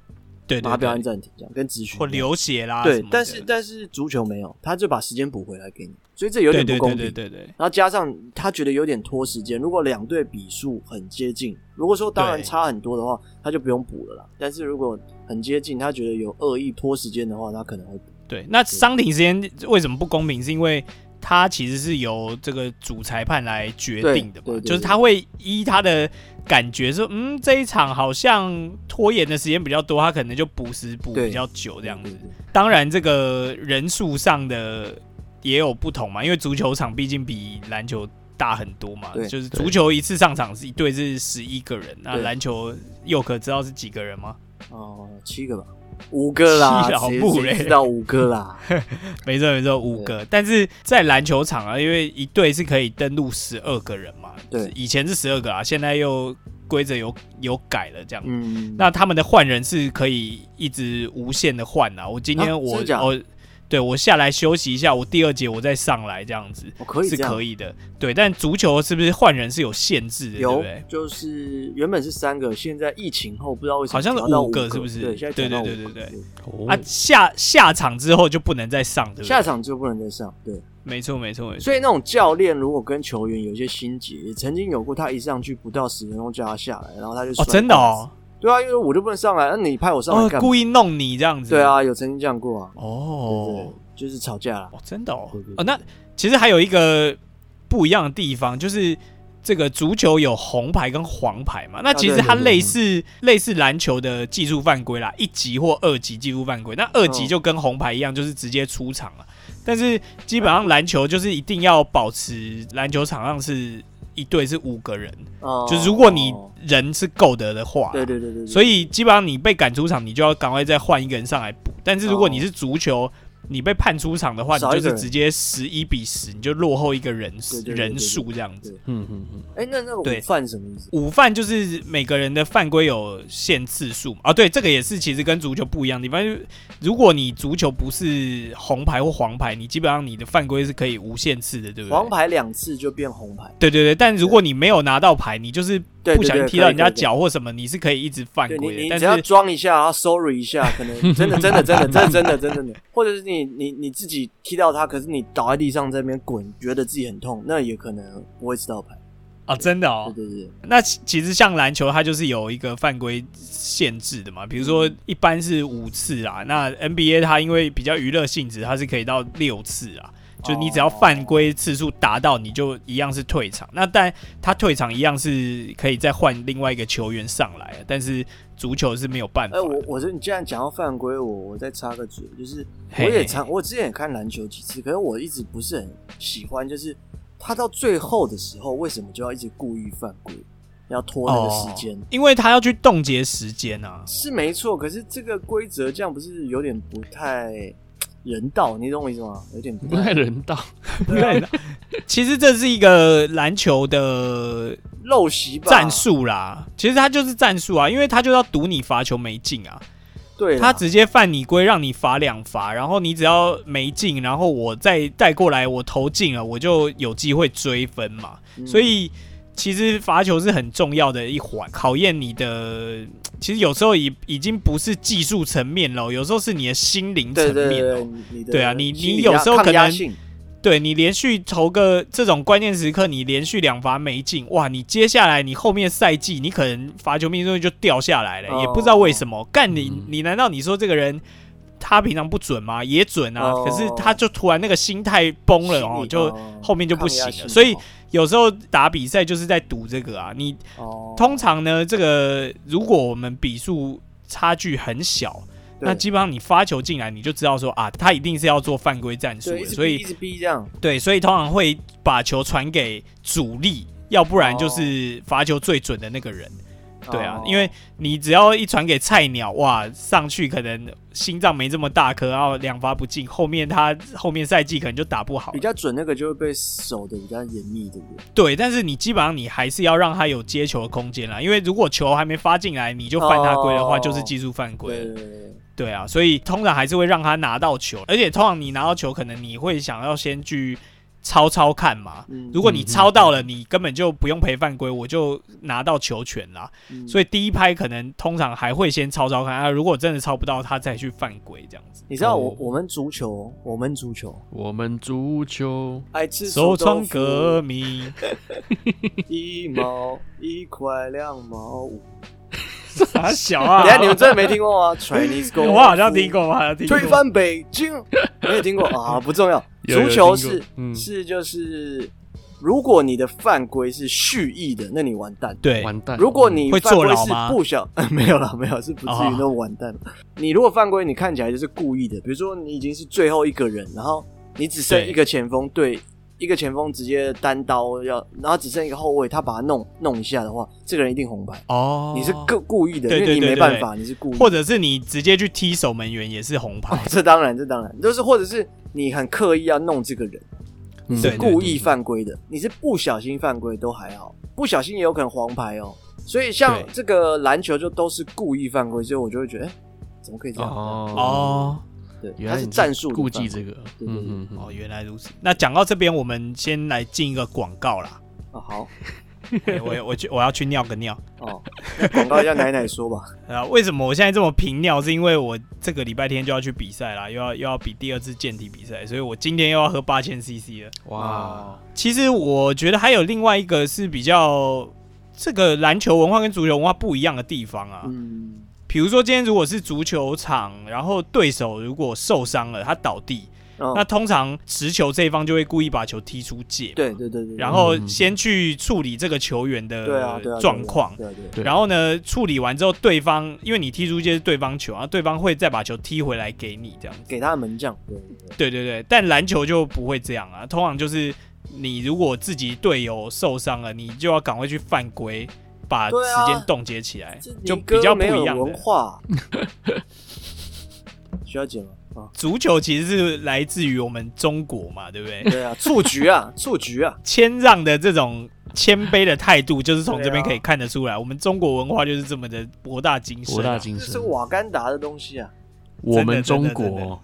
对
把它
对
标按
对，
暂停，这样跟咨询
或
一样
流血啦什
对
么，
但
的
是但是足球没有，他就把时间补回来给你，所以这有
对
点不
对
公
对
平。
对对对，
然后加上他觉得有点拖时间，如果两队比数很接近，如果说当然
对
差很多的话，他就不用补了啦。但是如果很接近，他觉得有恶意拖时间的话，他可能会补。
对，那伤停时间为什么不公平？是因为它其实是由这个主裁判来决定的嘛，
对对对
就是他会依他的感觉说，嗯，这一场好像拖延的时间比较多，他可能就补时补
对
比较久这样
对
子
对。对
当然，这个人数上的也有不同嘛，因为足球场毕竟比篮球大很多嘛，
对
就是
对
足球一次上场是一队是十一个人，那
对
篮球又可知道是几个人吗？
哦、七个吧，五个啦
七，老
谁
木
谁
嘞
知道五个啦，
没错没错，五个。但是在篮球场啊，因为一队是可以登录十二个人嘛，
对
以前是十二个啊，现在又规则有有改了这样。
嗯，
那他们的换人是可以一直无限的换啊。我今天
啊
我、
真的假的
我对我下来休息一下，我第二节我再上来这样子
我哦可以
是
这样，
可以的。对，但足球是不是换人是有限制的，对不
有
对？
就是原本是三个，现在疫情后不知道为什么
好像是
调到
五
五
个是不是
对，现在调到
对对
五个
对对对
哦
啊，下下场之后就不能再上，对不对？
下场就不能再上，对。
没错没错没错。
所以那种教练如果跟球员有一些心结，也曾经有过他一上去不到十分钟叫他下来，然后他就
哦，
摔
真的哦，
对啊，因为我就不能上来，那你派我上来
哦，
干嘛？
故意弄你这样子。
对啊，有曾经这样过啊，对对
哦
对，就是吵架啦。
哦，真的哦
对对，对
哦，那其实还有一个不一样的地方，就是这个足球有红牌跟黄牌嘛，那其实
啊对对
它
对
类似类似篮球的技术犯规啦，一级或二级技术犯规，那二级
嗯
就跟红牌一样，就是直接出场了。但是基本上篮球就是一定要保持篮球场上是一队是五个人，
哦，
就是如果你
哦
人是够的的话，
对对对对，对
所以基本上你被赶出场，你就要赶快再换一个人上来补。但是如果你是足球，你被判出场的话，你
哦少
就
一个
是
人
直接十一比十，你就落后一个人
对对对
人数这样子
对。
嗯嗯嗯，
哎，那那个
对
午饭什么意思？
午饭就是每个人的犯规有限次数嘛？啊，对，这个也是其实跟足球不一样的地方。就是如果你足球不是红牌或黄牌，你基本上你的犯规是可以无限次的，对不对？
黄。牌两次就变红牌，
对对对，但如果你没有拿到牌，你就是
对
不
对
小
对
心
可
踢到
以
人家
可以可以
脚或什么，你是可以一直犯
对
规
你，
的。
你
但
只要
是
装一下，然后 sorry 一下，可能真的真的真的真的真的真的真的，或者是你你你自己踢到他，可是你倒在地上在那边滚，觉得自己很痛，那也可能不会吃到牌。
啊，真的哦，
对对对，
那其其实像篮球，它就是有一个犯规限制的嘛，比如说一般是五次啦，那 NBA 它因为比较娱乐性质，它是可以到六次啊。就你只要犯规次数达到，你就一样是退场。那但他退场一样是可以再换另外一个球员上来，但是足球是没有办法
哎、
的。
我我这你既然讲到犯规，我我再插个嘴，就是我
嘿
也常我之前也看篮球几次，可是我一直不是很喜欢，就是他到最后的时候，为什么就要一直故意犯规，要拖那个时间？
哦因为他要去冻结时间啊。
是没错，可是这个规则这样不是有点不太人道？你懂我意思吗？有点不
不太人道，
对
啊
的， 其实这是一个篮球的
陋习吧？
战术啦，其实他就是战术啊，因为他就要赌你罚球没进啊，
对啦，
他直接犯你规，让你罚两罚，然后你只要没进，然后我再带过来，我投进了，我就有机会追分嘛。
嗯
所以其实罚球是很重要的一环，考验你的。其实有时候已已经不是技术层面了，有时候是你的心灵层
对对
面
对
了
对。你的
对啊你
心理
你有
压
时候可
抗压
能
性
对你连续投个这种关键时刻，你连续两罚没进，哇！你接下来你后面赛季你可能罚球命中率就掉下来了，
哦
也不知道为什么。干你
嗯，
你难道你说这个人他平常不准吗？也准啊，
哦
可是他就突然那个心态崩了
心
哦，
理
就
哦
后面就不
抗压
行了
性
所以
哦
有时候打比赛就是在赌这个啊。你
哦，
通常呢，这个如果我们比数差距很小。
对
那基本上你发球进来，你就知道说啊，他一定是要做犯规战术
对
的，
一直
所以
逼一直逼这样，
对，所以通常会把球传给主力，要不然就是罚球最准的那个人。对啊
哦，
因为你只要一传给菜鸟，哇，上去可能心脏没这么大颗，然后两罚不进，后面他后面赛季可能就打不好
比。较准那个就会被守的比较严密，对不对？
对，但是你基本上你还是要让他有接球的空间啦，因为如果球还没发进来，你就犯他规的话，
哦
就是技术犯规了。
对对对，
对啊，所以通常还是会让他拿到球，而且通常你拿到球，可能你会想要先去抄抄看嘛。
嗯
如果你抄到了，你根本就不用赔犯规，我就拿到球权啦。所
以
以第一拍可能通常还会先抄抄看啊，如果真的抄不到，他再去犯规这样 子。
你知道我、
哦
我们足球，我们足球
我们足球
爱吃
手
豆
窗
腐
革命，
一毛一块两毛五。
傻小啊
等一！下你们真的没听 过吗？Chinese g o
我好像听，过，我好像听过。
推翻北京，没有听过啊，不 重要。
有有
足球
听过
是
嗯
是就是，如果你的犯规是蓄意的，那你完蛋。
对，
完蛋了。
如果你
会
犯
坐
规
牢
是
吗哦
不小， 没有了，没有，是不至于那么完蛋。你如果犯规，你看起来就是故意的，比如说你已经是最后一个人，然后你只剩
对
一个前锋，对，一个前锋直接单刀要，然后只剩一个后卫，他把他弄弄一下的话，这个人一定红牌。
哦，
你是故故意的，
对
因为你
对对
没
对
办法，你是故意的。
或者是你直接去踢守门员也是红牌，
这当然，这当然，就是或者是你很刻意要弄这个人，
你
是对对
故意犯规的，你是不小心犯规都还好，不小心也有可能黄牌哦。所以像
对
这个篮球就都是故意犯规，所以我就会觉得，哎，怎么可以这样？
哦
哦
对，
原
它
来
是
你
战术的
顾
犯
忌
规
这个，
对对对
嗯嗯
哦，原来如此。那讲到这边，我们先来进一个广告 啦。
啊。好
哎我我去我要去尿个尿
哦，那广告一下奶奶说吧。
啊！为什么我现在这么频尿？是因为我这个礼拜天就要去比赛啦，又要又要比第二次健体比赛，所以我今天又要喝八千 CC 了。
嗯，哇，
其实我觉得还有另外一个是比较这个篮球文化跟足球文化不一样的地方 啊。
嗯，
比如说今天如果是足球场，然后对手如果受伤了，他倒地，
哦
那通常持球这一方就会故意把球踢出界嘛，
对对对对，
然
后
后先去处理这个球员
对啊对啊对
的
啊
状况。
对啊对啊
对
然后呢，处理完之后，对方因为你踢出界是对方球，然后对方会再把球踢回来给你这样子。
给他门将，对对对
对对对，但篮球就不会这样啊，通常就是你如果自己队友受伤了，你就要赶快去犯规，把
对啊
时间冻结起来，
这
就
你
比
哥
较不
没有
一样
文
的。
化，需要剪吗？啊，
足球其实是来自于我们中国嘛，对不对？
对啊，蹴鞠 啊，蹴鞠啊，
谦让的这种谦卑的态度，就是从这边
对啊
可以看得出来，我们中国文化就是这么的博大精深、啊。
博大精
这是
深，
瓦干达的东西啊。
我
真
们中
的真的
国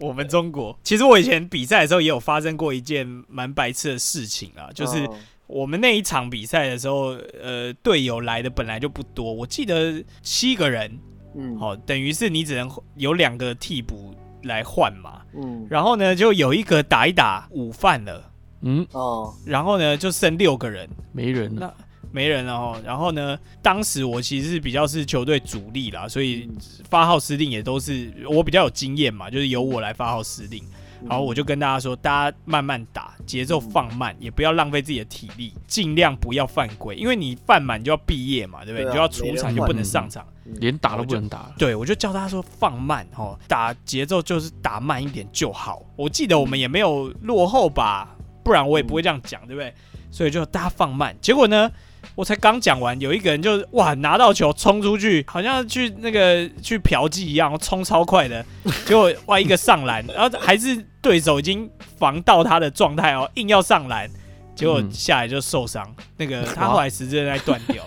我们中国，其实我以前比赛的时候也有发生过一件蛮白痴的事情啊，就是
哦
我们那一场比赛的时候，呃，队友来的本来就不多，我记得七个人，
嗯，
好、等于是你只能有两个替补来换嘛。
嗯，
然后呢，就有一个打一打午饭了，
嗯，
哦，
然后呢就剩六个人，
没人了，
那没人了哦。然后呢，当时我其实是比较是球队主力啦，所以
嗯
发号施令也都是我比较有经验嘛，就是由我来发号施令。
嗯
然后我就跟大家说，大家慢慢打，节奏放慢，也不要浪费自己的体力，尽量不要犯规，因为你犯满就要毕业嘛，对不对？
对啊
你就要出场，
没人换
就不能上场。
连打都不能打了，
对，我就叫他说放慢哦，打节奏就是打慢一点就好。我记得我们也没有落后吧，不然我也不会这样讲，对不对？所以就大家放慢。结果呢，我才刚讲完，有一个人就哇拿到球冲出去，好像去那个去嫖妓一样，冲超快的。 结果哇一个上篮，然后还是对手已经防到他的状态哦，硬要上篮。结果
嗯
下来就受伤，那个他
哇
后来十字韧带断掉，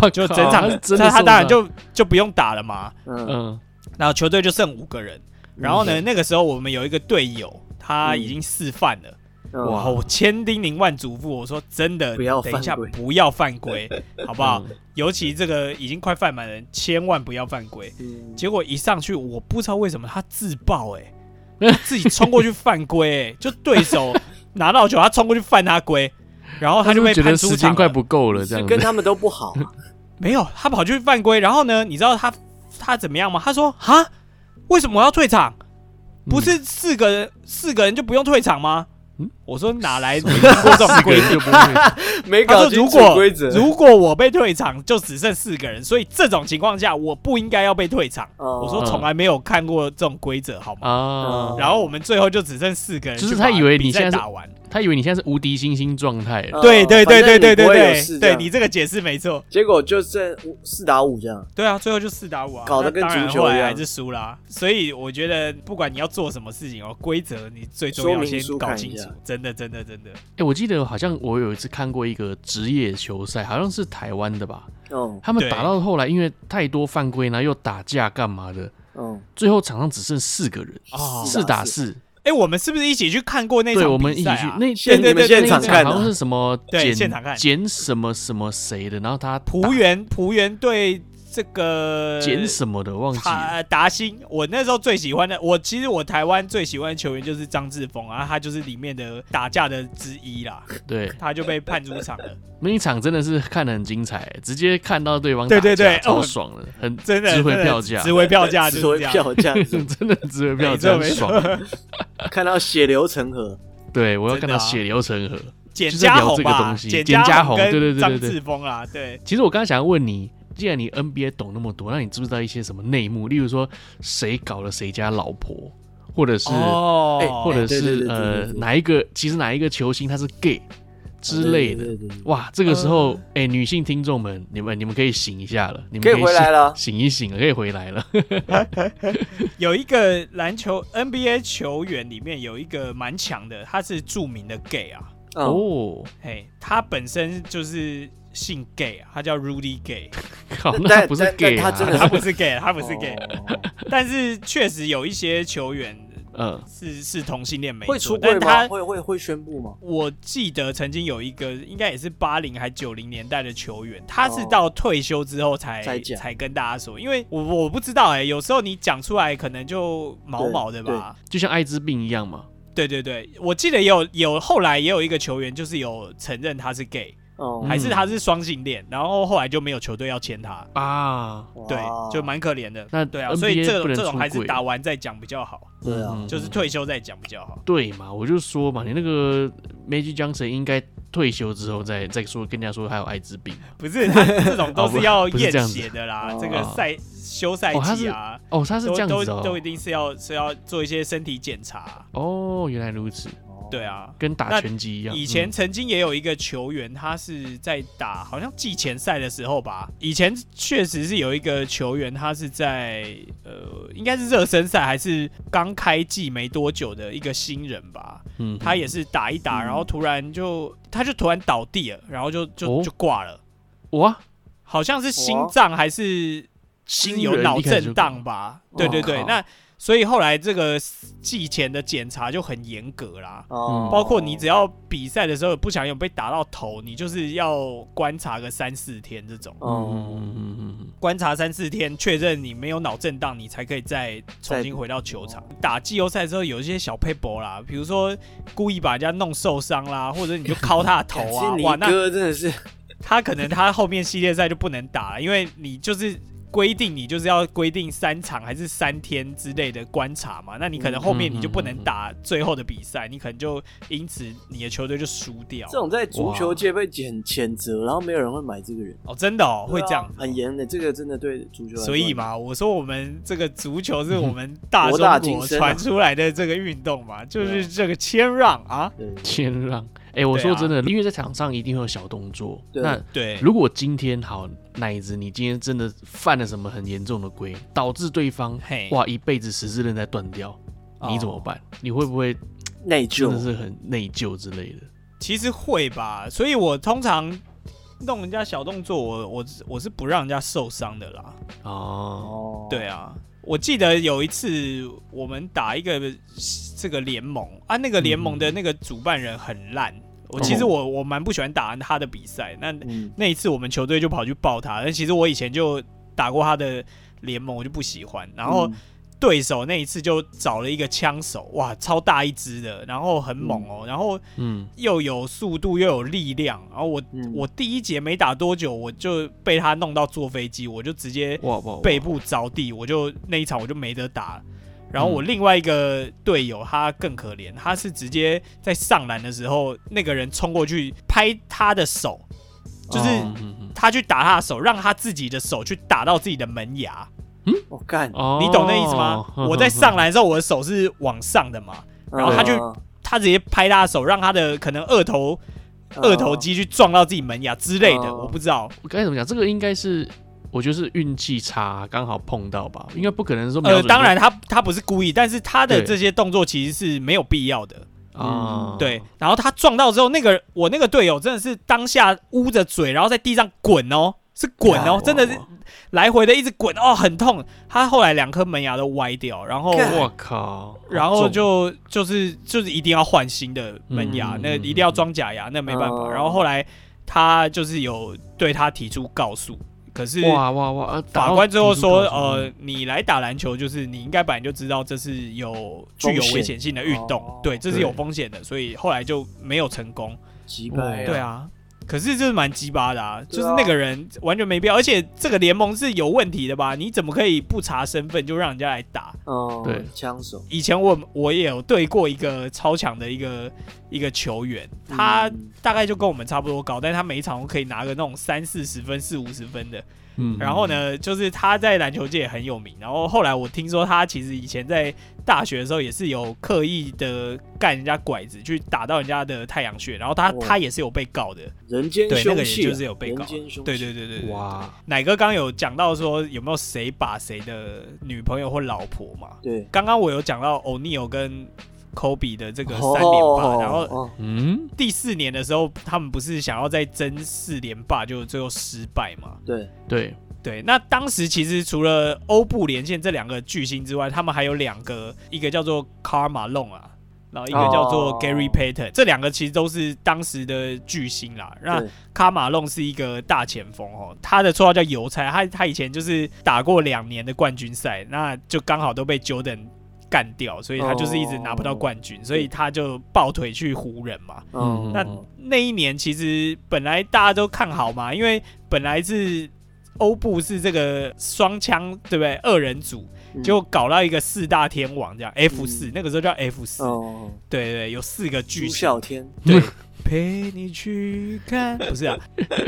哇，
就整
靠
场
他是真的
他他
受
当然
伤
就就不用打了嘛。
嗯
嗯
然后球队就剩五个人。呃然后呢，那个时候我们有一个队友，他已经示范了。
嗯
哇！我千叮咛万嘱咐，我说真的，
不要
等一下
犯规
不要犯规， 好不好？
嗯
尤其这个已经快犯满的人，千万不要犯规。
嗯
结果一上去，我不知道为什么他自爆、 欸，哎，自己冲过去犯规、欸，就对手拿到球，他冲过去犯他规，然哦后他就被
是觉
判
得
出
时
场
间
了
快不够了，这样
跟
子，
他们都不好 啊，
没有，他跑去犯规，然后呢，你知道他他怎么样吗？他说哈，为什么我要退场？
嗯
不是四个人、四个人就不用退场吗？
嗯
我说哪来你听过这种
四个
规
人
则？
就不会，
没
他
搞
说
清
如
楚
果
规则。
如果我被退场，就只剩四个人，所以这种情况下我不应该要被退场。
哦
我说从来没有看过这种规则，好吗？
嗯
啊，
然后我们最后就只剩四个人，
就是
去把
他以为你
比赛
现在是
打完。
他以为你现在是无敌星星状态
嗯
了，
对对对对对
反正你
对
不会有
对，
事
对
这
你
样
这个解释没错。
结果就剩五四打五这样，
对啊，最后就四打五啊，
搞得
那当然
跟足球
后来
一样
还是输啦。所以我觉得，不管你要做什么事情哦，规则你最重
说
要
明
先
书
搞
看
清
一
楚
下。
真的，真的，真的。
哎、我记得好像我有一次看过一个职业球赛，好像是台湾的吧，
嗯
他们
对
打到后来因为太多犯规，然后又打架干嘛的，
嗯，
最后场上只剩四个人，
哦
四打四，
哎，我们是不是一起去看过那
对，
场
我们一
比
起
赛
去
啊
那
现
那
你们现
那一
场看
好像
的
是什么
对
捡
现场看
捡什么什么谁的，然后他
浦原浦原对这个呃
打捡什么的忘记了，
达达兴，我那时候最喜欢的，我其实我台湾最喜欢的球员就是张志峰啊，他就是里面的打架的之一啦，
对，
他就被判出场 了，
那一场真的是看得很精彩，直接看到对方
对
打
对
架
对
超
哦
爽的，很
真的
值回
真的
票价
值回票价就是
所
这
谓
样。
票价，
真的值回票
没
价，
错
很
没
爽。
错，
看到血流成河，
对我要
真的
看到
啊
血流成河。
简
就是要
家
聊
宏
这个
吧
东，西
简
简
家
家
宏
宏对对
跟
对
张
对对
志峰啦，对，
其实我刚刚想要问你，既然你 NBA 懂那么多，那你知不知道一些什么内幕？例如说谁搞了谁家老婆，或者是、
哎
哦，
或者
对对
是
对对
呃
对对
哪一个其实哪一个球星他是 gay 之类的。
对对对对
哇，这个时候，哎、女性听众们，你们你们可以醒一下了，你们
可以回来了嗯
醒，醒一醒了，可以回来了。
哎有一个篮球 NBA 球员里面有一个蛮强的，他是著名的 gay 啊，
嗯
哦，
嘿，他本身就是姓 gay，啊，他叫 Rudy Gay，
靠，
但
那他不是
但
gay
但
啊？
他真的
他不是 gay，他 不是 gay，
哦
但是确实有一些球员
嗯，
是是同性恋没
会
错
出，柜
但
吗？
他
会会会宣布吗？
我记得曾经有一个应该也是八零还九零年代的球员，他是
哦
到退休之后才
才讲
跟大家说，因为我我不知道哎、有时候你讲出来可能就毛
对
毛的吧。
就像艾滋病一样嘛。
对对对，我记得也有有后来也有一个球员就是有承认他是 gay，、
哦，
还是他是双性恋，然后后来就没有球队要签他，
啊，
哇
对，就蛮可怜的。
那
对啊，
NBA
所以这种
不能
这种
出
还是
柜
打完再讲比较好，
对啊
嗯
就是退休再讲比较 好。
对嘛，我就说嘛，你那个 Magic Johnson 应该退休之后再再说，跟人家说他有艾滋病。
不是，他这种都
哦不
是要
不是
验
这样子
血的啦
哦，
这个赛休赛
哦他
季
是
啊。
哦，他是
都
这样
都
子
都
哦
一。定是要是要做一些身体检查啊、
哦，原来如此，
对，啊。
跟打
那
拳哦击一样。
以前
嗯
曾经也有一个球员，他是在打好像季前赛的时候吧。以前确实是有一个球员，他是在呃，应该是热身赛还是刚开季没多久的一个新人吧。
嗯
他也是打一打，
嗯
然后突然就他就突然倒地了，然后就就
哦
就挂了，
哇，
好像是心
哇
脏还是
新
是有
人
脑
一开始
震
就
荡吧？对对对
哇，靠
那所以后来这个季前的检查就很严格啦，
哦
嗯
包括你只要比赛的时候不小心有被打到头，你就是要观察个三四天这种，
嗯
哦，
嗯嗯嗯
观察三四天确认你没有脑震荡，你才可以再重新回到球场。打季后赛的时候有一些小 p a p e 啦，比如说故意把人家弄受伤啦，或者你就敲他的 头
其
啊
实，你
哇，那
哥真 的是
他可能他后面系列赛就不能打了，因为你就是规定你就是要规定三场还是三天之类的观察嘛，那你可能后面你就不
嗯
能打最后的比赛，你可能就因此你的球队就输掉
这。种在足球界被谴谴责，然后没有人会买这个人，
哦，真的哦，会这样
对
子
啊
哦
很。严的，这个真的对足球来说很严，
所以嘛，我说我们这个足球是我们大
博
中
大精
国
深啊啊
传出来的这个运动嘛，就是这个谦让啊，
对，
谦让。哎，我说真的，因为在场上一定会有小动作。
对
那
对，
如果今天好乃子，你今天真的犯了什么很严重的规，导致对方
嘿
哇一辈子十字韧带断掉，
哦
你怎么办？你会不会
内
真的
疚
是很内疚之类的？
其实会吧，所以我通常弄人家小动作，我我我是不让人家受伤的啦。
哦，
哦，
对啊，我记得有一次我们打一个这个联盟啊，那个联盟
嗯
的那个主办人很烂。
哦
我其实我我蛮不喜欢打他的比赛，那
嗯，
那一次我们球队就跑去爆他，但其实我以前就打过他的联盟，我就不喜欢。然后
嗯
对手那一次就找了一个枪手，哇，超大一只的，然后很猛哦，然后
嗯，
又有速度又有力量，然后我、
嗯
我第一节没打多久，我就被他弄到坐飞机，我就直接
哇哇，哇
背部着地，我就那一场我就没得打了。然后我另外一个队友他更可怜，他是直接在上篮的时候，那个人冲过去拍他的手，就是
嗯嗯嗯
他去打他的手，让他自己的手去打到自己的门牙，
我干，
哦，
你懂那意思吗？我在上
来，
篮的时候，我的手是往上的嘛，然后他就
嗯
他直接拍他的手，让他的可能二头二头，肌去撞到自己门牙之类的，
哦
我不知道。
我该怎么讲？这个应该是，我觉得是运气差，刚好碰到吧，应该不可能说瞄
呃，
准啊
当然他他不是故意，但是他的
对
这些动作其实是没有必要的。
啊，
对，然后他撞到之后，那个我那个队友真的是当下捂着嘴，然后在地上滚哦，是滚哦
哇，
真的是
哇
来回的一直滚哦，很痛。他后来两颗门牙都歪掉，然后
干
我靠，
然后
好重
就就是就是一定要换新的门牙，
嗯
那一定要装假牙，那没办法。
哦
然后后来他就是有对他提出告诉，可是
哇哇哇！啊打
法
到
官最后说，
地主告诉嗯
呃，你来打篮球就是你应该本来就知道这是有具
风
有
险
危险性的运动
哦，
对，这是
对
有风险的，所以后来就没有成功。
嗯击败、
哎呀
对，啊，可是这是蛮鸡巴的啊，就是
对啊
那个人完全没必要，而且这个联盟是有问题的吧？你怎么可以不查身份就让人家来打？
嗯，
对
枪手，
以前我我也有对过一个超强的一个一个球员，他
嗯
大概就跟我们差不多高，但他每一场都可以拿个那种三四十分、四五十分的。
嗯
然后？呢，就是他在篮球界也很有名。然后后来我听说他其实以前在大学的时候也是有刻意的干人家拐子，去打到人家的太阳穴，然后他
哦
他也是有被告的。
人间
对，那个也
凶器啊，
就是有被告
人
的。
间凶器，
对对对对对。
哇，
奶哥刚有讲到说有没有谁把谁的女朋友或老婆嘛？
对，
刚刚我有讲到 O'Neal 跟 Kobe 的这个
哦
三连霸，然后
哦
嗯，
第四年的时候，他们不是想要再争四连霸，就最后失败嘛？
对，
对，
对，那当时其实除了欧布连线这两个巨星之外，他们还有两个，一个叫做 Karl Malone 啊，然后一个叫做
哦
Gary Payton，、这两个其实都是当时的巨星啦。那
对
Karl Malone 是一个大前锋哦，他的绰号叫邮差，他他以前就是打过两年的冠军赛，那就刚好都被 Jordan 干掉，所以他就是一直拿不到冠军，所以他就抱腿去湖人嘛。
哦嗯，
那那一年其实本来大家都看好嘛，因为本来是欧布是这个双枪，对不对？二人组
嗯
结果搞到一个四大天王这样，F 四、那个时候叫 F 四、
哦，
对对对，有四个
朱
巨星。
孝天，
对，陪你去看， 不是啊？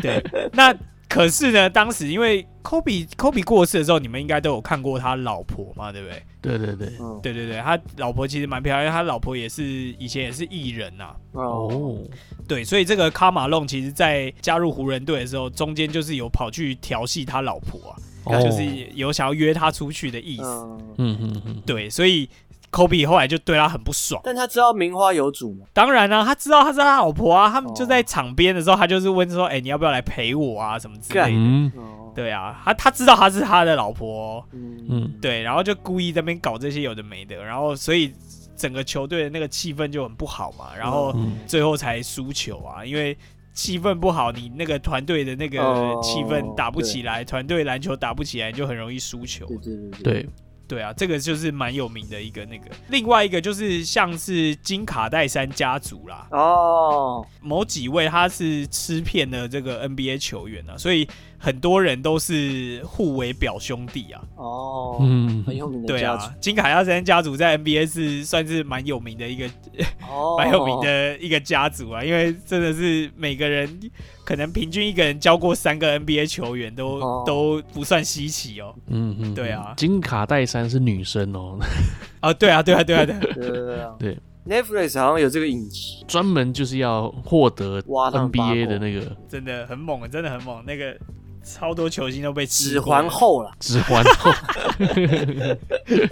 对，那可是呢，当时因为 Kobe Kobe 过世的时候，你们应该都有看过他老婆嘛，对不对？
对对对，
嗯，
对对对，他老婆其实蛮漂亮，因为他老婆也是以前也是艺人呐、
哦，
哦，
对，所以这个卡马隆其实，在加入湖人队的时候，中间就是有跑去调戏他老婆啊，
哦
就是有想要约他出去的意思。
嗯，
嗯嗯嗯，
对，所以科比后来就对他很不爽。
但他知道名花有主嘛，
当然啦、啊他知道他是他老婆啊，他们
哦
就在场边的时候，他就是问说：“哎、你要不要来陪我啊？什么之类
干
的。
嗯”
哦，
对啊，他他知道他是他的老婆、哦，
嗯
嗯，
对，然后就故意在那边搞这些有的没的，然后所以整个球队的那个气氛就很不好嘛，然后
嗯
最后才输球啊，因为气氛不好，你那个团队的那个
哦
气氛打不起来，团队篮球打不起来，你就很容易输球。
对对对，
对，
对啊，这个就是蛮有名的一个那个。另外一个就是像是金卡戴珊家族啦，
哦，
某几位他是吃遍了这个 NBA 球员啊，所以很多人都是互为表兄弟啊。
哦，
嗯
很有名的
对
家族
啊，，金卡戴珊家族在 NBA 是算是蛮有名的一个
哦，
蛮有名的一个家族啊，因为真的是每个人可能平均一个人教过三个 NBA 球员都、
哦
都不算稀奇哦。
嗯嗯，
对啊
金卡戴珊是女生哦，
啊，对啊，对啊，对啊，对啊，
对，对对啊
对
，Netflix 好像有这个影集，
专门就是要获得
挖到
NBA 的那个
真的很猛，啊真的很猛，那个超多球星都被吃
指
过
环，后啦，
指 环后，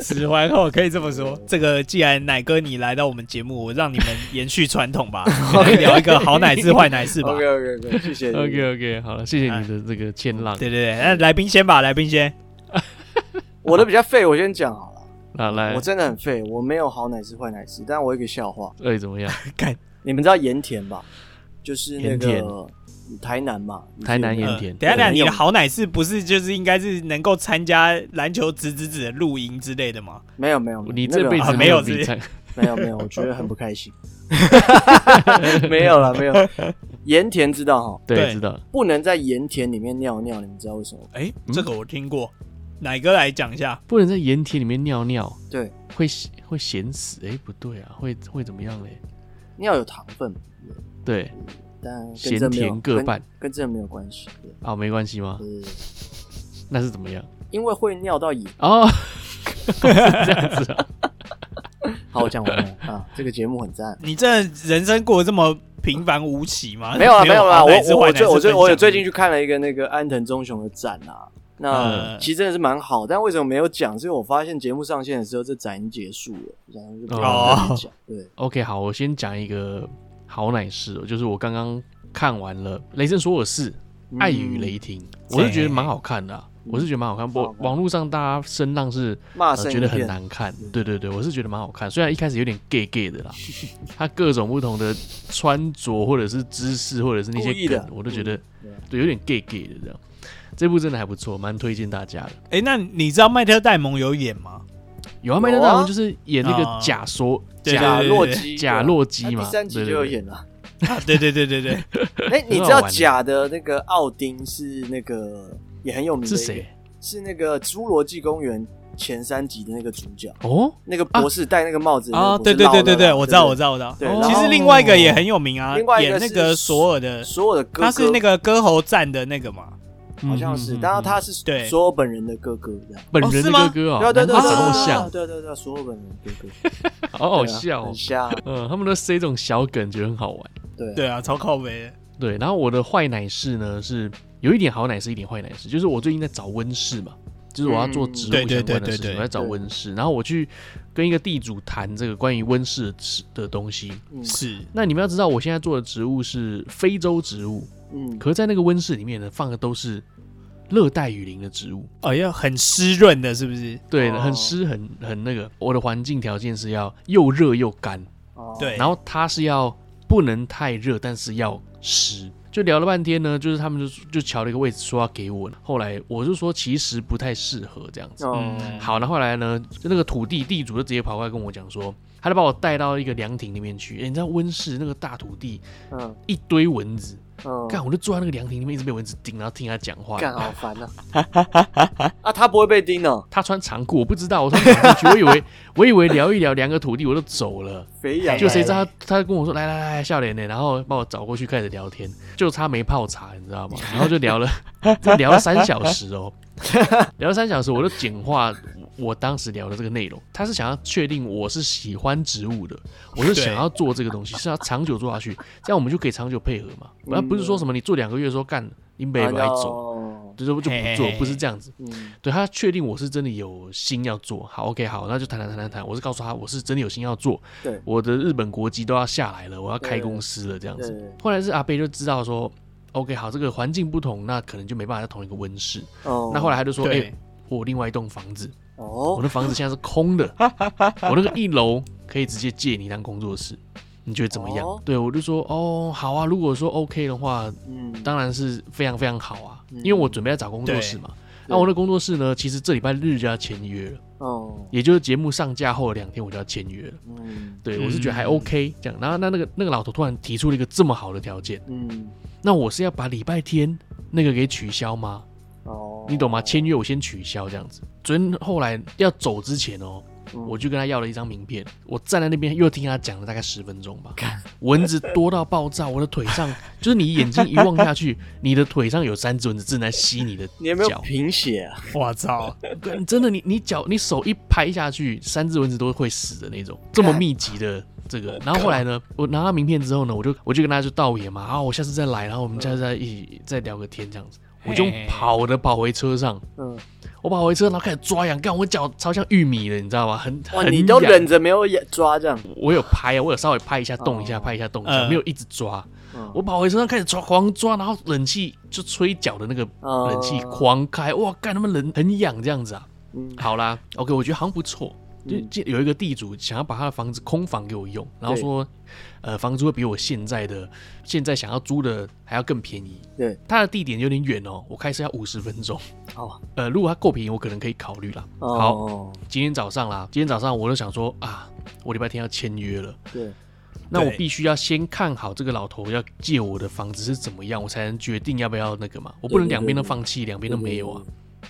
指环后可以这么 说。这个既然奶哥你来到我们节目，我让你们延续传统 吧，来聊一个好奶是坏奶是吧
OK OK OK，谢谢
OK OK，好了，谢谢你的这个谦让。
对对对，那来宾先吧，来宾先。
我的比较废，我先讲好了。
那来
我，真的很废，我没有好奶是坏奶是，但我有一个笑话。
哎，怎么样？
你们知道盐田吧？就是那
盐
个台南嘛，
台南盐
呃
田
等一下，等一下，
对
你的好奶是不是就是应该是能够参加篮球指指指的露营之类的吗？
没有没有，
你
那个
这辈
啊
子
没有
比赛，
没有没有，我觉得很不开 心。没有了没有，盐田知道哈，
对
对，知道。
不能在盐田里面尿尿，你们知道为什么吗？
哎、这个我听过，奶哥来讲一下。
不能在盐田里面尿尿，
对，
会会咸死。哎，不对啊，会会怎么样嘞？
尿有糖分，
对，
但跟这
咸
没有
甜各
跟
半
跟这没有关系。对，
啊，没关系吗？
呃
那是怎么样？
因为会尿到盐。
哦，这样子啊，
好，我讲完了啊，这个节目很赞。
你这人生过得这么平凡无奇
啊
吗？
没有啊啦，没有啦，
好
我
奶是
我
坏
我
奶是
最我最
分
我有
享
最近去看了一个那个安藤忠雄的展啊，那
嗯
其实真的是蛮好，但为什么没有讲？是因为我发现节目上线的时候，这展已经结束了，然后就不
哦
要再讲。对，
OK，好，我先讲一个好奶事哦，就是我刚刚看完了《雷神索尔四》，
嗯
爱与雷霆，我是觉得蛮好看的啊、我是觉得蛮好看。我
好看
网络上大家声浪是
骂
呃
声
觉
一嗯
得很
片，
难看，对对对，我是觉得蛮好看。虽然一开始有点 gay gay 的啦，他各种不同的穿着或者是姿势或者是那
故意
些
的
梗，我都觉得
对啊
对有点 gay gay 的这样。这部真的还不错，蛮推荐大家的。
哎，那你知道麦特戴蒙有演 吗？
有啊，麦当
有啊
大王就是演那
啊
个假说
对
假
假
对对
洛
对
基，啊
假洛基嘛，
他第三集
对
就
对
有
对
演了。
啊对对对对对，
哎，你知
很好
道
玩的
假的那个奥丁是那个也很有名的，
是谁？？
是那个《侏罗纪公园》前三集的那个主角，
哦，
那个博士戴那个帽子的那个
啊，
博
对
士
对对对
老了
对，
啦
我知道我知
对
道我知道。
对
哦
然
其
后
实另外一个也很有名啊
另外，一个
演那
是
个索尔的，
所有的哥哥
他是那个歌喉站的那个嘛。
好像是，
嗯
然后
嗯嗯
他是
对
所有本人的哥哥这样。
本
哦是
人的
吗
哥
对啊
哥哦，
对
难
对
怪
对
长那么像，
对对对对，所有本人的哥哥，
好好
对啊
笑哦
很。像，
嗯，他们都塞这种小梗，觉得很好玩。
对
对啊，超靠北的。
对，然后我的坏奶事呢是有一点好奶事，一点坏奶事，就是我最近在找温室嘛，就是我要做植物
嗯对
相
对
关
对
的
对
事情，
对
我在找温室，然后我去跟一个地主谈这个关于温室的植的东西。
嗯
是
那你们要知道，我现在做的植物是非洲植物，
嗯，
可是在那个温室里面呢，放的都是热带雨林的植物。
哦，要很湿润的，是不是？
对，
哦
很湿，很很那个。我的环境条件是要又热又干，
哦
对
然后它是要不能太热，但是要湿。就聊了半天呢，就是他们就就瞧了一个位置说要给我，后来我就说其实不太适合这样子。
哦
嗯，
好，那后来呢，就那个土地地主就直接跑过来跟我讲说，他就把我带到一个凉亭里面去。哎、你知道温室那个大土地
嗯
一堆蚊子，
嗯，
哦
干、我就坐在那个凉亭里面一直被蚊子叮，然后听他讲话。
干好烦呐！ 啊，他不会被叮哦，
他穿长裤，我不知道，我穿长裤去，我以为我以为聊一聊量个土地我就走了，
肥
哎
羊哎
就谁知道他他跟我说来来来笑脸呢，然后把我找过去开始聊天，就差没泡茶，你 知道吗？然后就聊了，就聊了三小时哦， 聊了三小时，我就简化我当时聊的这个内容。他是想要确定我是喜欢植物的，我是想要做这个东西，是要长久做下去，这样我们就可以长久配合嘛。
嗯
而不是说什么你做两个月说干你美白走，
走，
就是就不做
哎嘿，
不是这样子。
哎嗯
对他确定我是真的有心要做好，OK，好，那就谈谈谈谈谈。我是告诉他我是真的有心要做，
对
我的日本国籍都要下来了，我要开
对
公司了这样子。
对，
后来是阿贝就知道说，OK，好，这个环境不同，那可能就没办法在同一个温室。
哦，
那后来他就说，哎、
对，
我有另外一栋房子，我
哦，
的房子现在是 空的，我那个一楼可以直接借你当工作室。你觉得怎么样？
哦
对我就说哦，好啊。如果说 OK 的话，
嗯，
当然是非常非常好啊，
嗯
因为我准备要找工作室嘛。那我的工作室呢，其实这礼拜日就要签约了，
哦，
也就是节目上架后的两天我就要签约了。
嗯
对我是觉得还
嗯
OK 这样。然后那那个那个老头突然提出了一个这么好的条件，
嗯，
那我是要把礼拜天那个给取消吗？
哦，
你懂吗？签约我先取消这样子。昨天后来要走之前哦，
嗯
我就跟他要了一张名片，我站在那边又听他讲了大概十分钟吧，蚊子多到爆炸，我的腿上 就是你眼睛一望下去，你的腿上有三只蚊子正在吸你的
你有没有
脚，
贫血啊？
我 操，
干真的你你脚你手一拍下去，三只蚊子都会死的那种，这么密集的。这
哦
个，然后后来呢，我拿到名片之后呢，我就我就跟他就道别嘛，啊，我下次再来，然后我们下次再一起再聊个天这样子，我就
嘿
跑的跑回车上，
嗯，
我跑回车，然后开始抓痒，干我脚超像玉米的，你知道吗？很
哇，
很
你都
痒
忍着没有也抓这样，
我有拍啊，我有稍微拍一下，动一下，
哦
拍一下，动一
嗯
下，没有一直抓。
嗯
我跑回车上开始抓，狂抓，然后冷气就吹脚的那个
哦
冷气狂开，哇，干他们人很痒这样子啊。
嗯，
好啦，OK，我觉得好像不错。就
嗯
就有一个地主想要把他的房子空房给我用，然后说，呃，房租会比我现在的现在想要租的还要更便宜。
对，
他的地点有点远哦，我开车要五十分钟。
好，
呃，如果它够便宜，我可能可以考虑啦。好，
哦，
今天早上啦，今天早上我就想说啊，我礼拜天要签约了，
对，
那我
对
必须要先看好这个老头要借我的房子是怎么样，我才能决定要不要那个嘛，我不能
对对
两边都
对
放弃，两边都没有啊。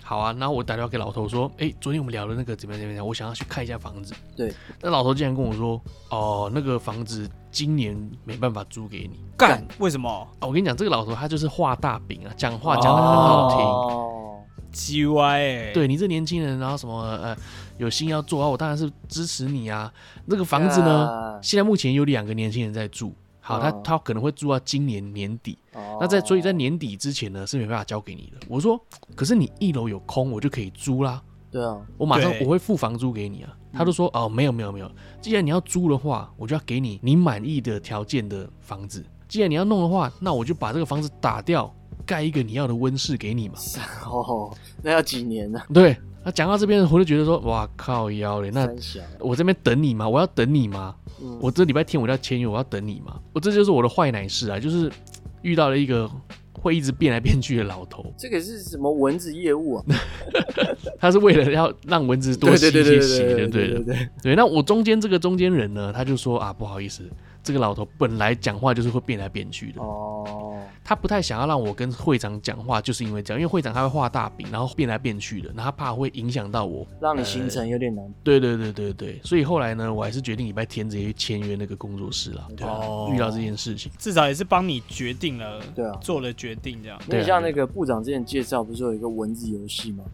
好啊，然后我打电话给老头说，哎、昨天我们聊的那个怎么样怎么样，我想要去看一下房子。
对，
那老头竟然跟我说，哦，那个房子今年没办法租给你。
干，为什么
哦、我跟你讲，这个老头他就是画大饼啊，讲话讲的很好听。
哦，
？G Y 哎，
对你这年轻人，然后什么呃有心要做啊，我当然是支持你啊。那个房子呢，
啊？
现在目前有两个年轻人在住，好，他
哦
他可能会住到今年年底。
哦
那在所以在年底之前呢是没办法交给你的。我说，可是你一楼有空，我就可以租啦，
对嗯啊，
我马上
对
我会付房租给你啊。他就说哦没有没有没有，既然你要租的话，我就要给你你满意的条件的房子。既然你要弄的话，那我就把这个房子打掉，盖一个你要的温室给你嘛。
哦，那要几年呢、
对，那讲到这边，我就觉得说，哇靠腰嘞，那
三小，
我这边等你吗？我要等你吗？
嗯，
我这礼拜天我就要签约，我要等你嘛。我这就是我的坏奶事啊，就是遇到了一个会一直变来变去的老头，
这个是什么蚊子业务啊？
他是为了要让蚊子 多吸一些血，就对了。
对，
对，那我中间这个中间人呢，他就说啊，不好意思，这个老头本来讲话就是会变来变去的，
哦，
他不太想要让我跟会长讲话，就是因为这样，因为会长他会画大饼，然后变来变去的，那他怕会影响到我。
让你行程有点难，
对对对对对，所以后来呢，我还是决定礼拜天直接去签约那个工作室了。对啊
哦
遇到这件事情，
至少也是帮你决定了，
对啊
做了决定这样。
有点
对啊
像那个部长之前介绍，不是有一个蚊子游戏 吗？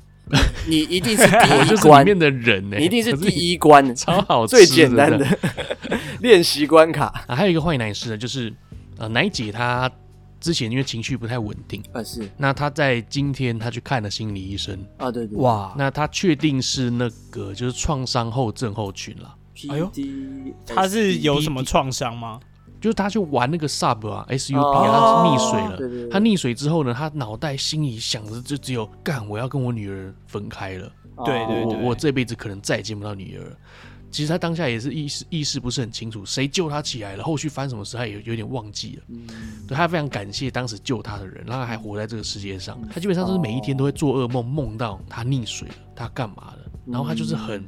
你一定是
我
第
就
一
是里
关，
面的人呢、
你一定是
可
第一关，
超好吃
最简单
的
的 练习关卡。
啊。还有一个坏奶师呢，就是呃奶姐她之前因为情绪不太稳定，
啊，是
那她在今天她去看了心理医生，
啊，对对
哇，
那她确定是那个就是创伤后症候群了。
哎呦
，PD，
他是有什么创伤吗？
就是她去玩那个 sub 啊，SUP
哦
啊，她溺水了。
对对对
她溺水之后呢，她脑袋心里想着就只有干，我要跟我女儿分开了。
哦
对对
我
对
我这辈子可能再也见不到女儿了。其实他当下也是意识意识不是很清楚，谁救他起来了，后续发生什么事他也有有点忘记了。
嗯
对他非常感谢当时救他的人，让他还活在这个世界
嗯
上。他基本上就是每一天都会做噩梦，梦到他溺水了，他干嘛了，然后他就是很，
嗯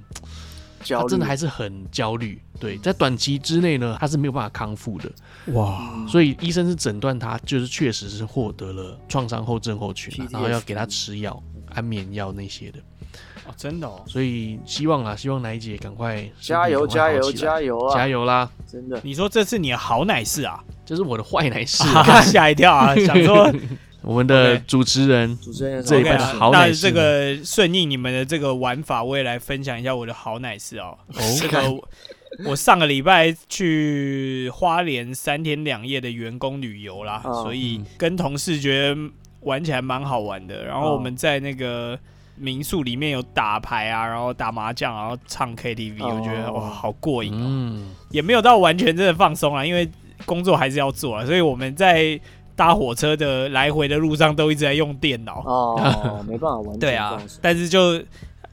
焦
他
虑
真的还是很焦虑。对，在短期之内呢，他是没有办法康复的，
哇，
嗯
所以医生是诊断他就是确实是获得了创伤后症候群啊、
PTSD
然后要给他吃药、安眠药那些的。
哦，真的哦，
所以希望啦，希望奶姐赶快
加油加油加
油
油啊！
加油啦！
真的
你说这是你的好奶事啊？
这是我的坏奶事、
啊 吓一跳啊！想说
我们的
OK
主持 人
主持人有什
这
么
一
感
半
想
是好奶
啊那
事
这个顺应你们的这个玩法，我也来分享一下我的好奶事哦。这个我我上个礼拜去花莲三天两夜的员工旅游啦，
哦
所
嗯
以跟同事觉得玩起来蛮好玩的。然后我们在那个民宿里面有打牌啊，然后打麻将，然后唱 KTV，、
哦
我觉得哇，好过瘾哦、
嗯，
也没有到完全真的放松啊，因为工作还是要做啊，所以我们在搭火车的来回的路上都一直在用电脑。
哦，没办法完全
对啊
放，松
但是就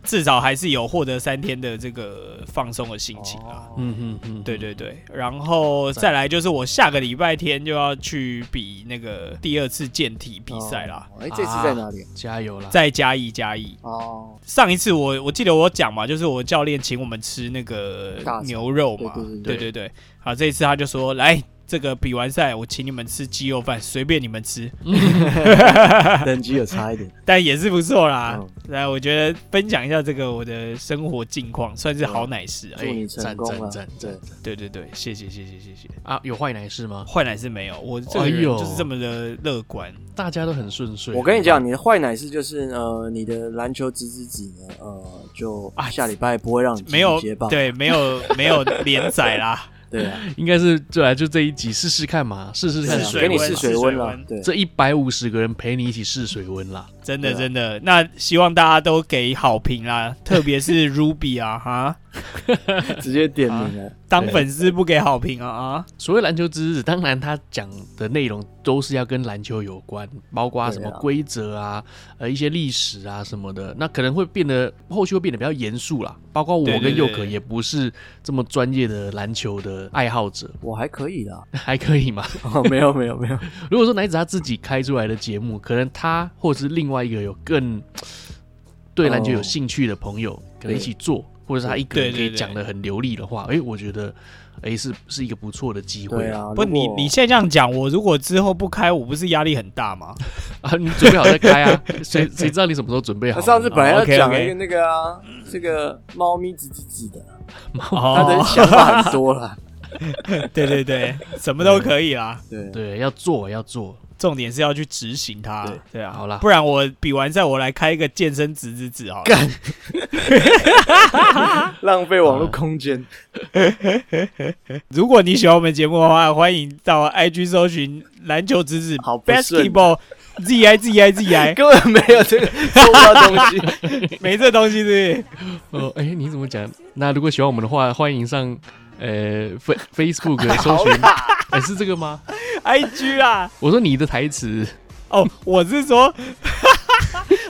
至少还是有获得三天的这个放松的心情啊。
哦
嗯嗯嗯，
对对对，然后再来就是我下个礼拜天就要去比那个第二次健体比赛啦，
哦哎，这次
啊
在哪里？
加油啦！
在嘉义嘉义。
哦，
上一次我我记得我有讲嘛，就是我教练请我们吃那个
大餐
牛肉嘛
对，
对
对
对对。好，这一次他就说来。这个比完赛，我请你们吃鸡肉饭，随便你们吃，
等级有差一点，
但也是不错啦
嗯。
来，我觉得分享一下这个我的生活近况，算是好奶事啊。
祝你成功了。
哎赞赞
对
赞，
对对对，谢谢谢谢谢谢。
啊，有坏奶事吗？
坏奶是没有，我这个
哎
人
呦
就是这么的乐观。
大家都很顺遂。
我跟你讲，，你的坏奶是就是呃，你的篮球子子子呢，呃，就
啊
下礼拜不会让你继续
没有
接棒，
对，没 有没有连载啦，
对啊，
应该是就来就这一集试试看嘛，试试看
试
对啊
水
给你
温
试
试
水温
水
了
温，
对，
这一百五十个人陪你一起试水温啦。
真的
对啊
真的。那希望大家都给好评啦，特别 是 Ruby 啊哈，
直接点
啊
名啊了，
当
对
粉丝不给好评啊啊，
所谓篮球知识，当然他讲的内容都是要跟篮球有关，包括什么
对啊
规则啊、呃一些历史啊什么的，那可能会变得后续会变得比较严肃啦。包括我
对对
跟
对
佑可也不是这么专业的篮球的爱好者，
我还可以啦，
还可以嘛。
哦，没有没有没有，
如果说奶子他自己开出来的节目，可能他或是另外一个有更对篮球有兴趣的朋友，可能一起做，或者是他一个人可
对对
以
对
讲的很流利的话，哎、我觉得哎、是是一个不错的机会
对啊，
不，
如
你
果
你现在这样讲，我如果之后不开，我不是压力很大吗？
啊，你准备好再开啊？谁谁知道你什么时候准备好
他
呢？
上次本来
哦
要
，OK，OK
讲一个那个啊，这个猫咪子子子的，他的
哦，
想法很 多啦，
对对对，什么都可以啦，
对，
对要做要做，
重点是要去执行它
对。
对啊，
好啦
不然我比完赛我来开一个健身指指指好了。
浪费网络空间，
如果你喜欢我们节目的话，欢迎到 IG 搜寻篮球之子
好不顺
basketball z i z i z i，
根本没有这个收不到东西，
没这东西是
呃，哎、你怎么讲？那如果喜欢我们的话，欢迎上呃 Fa- Facebook 搜
好
寻，
啦，
哎、是这个吗？
不是 IG 啦。
我说你的台词，
啊哦，我是说，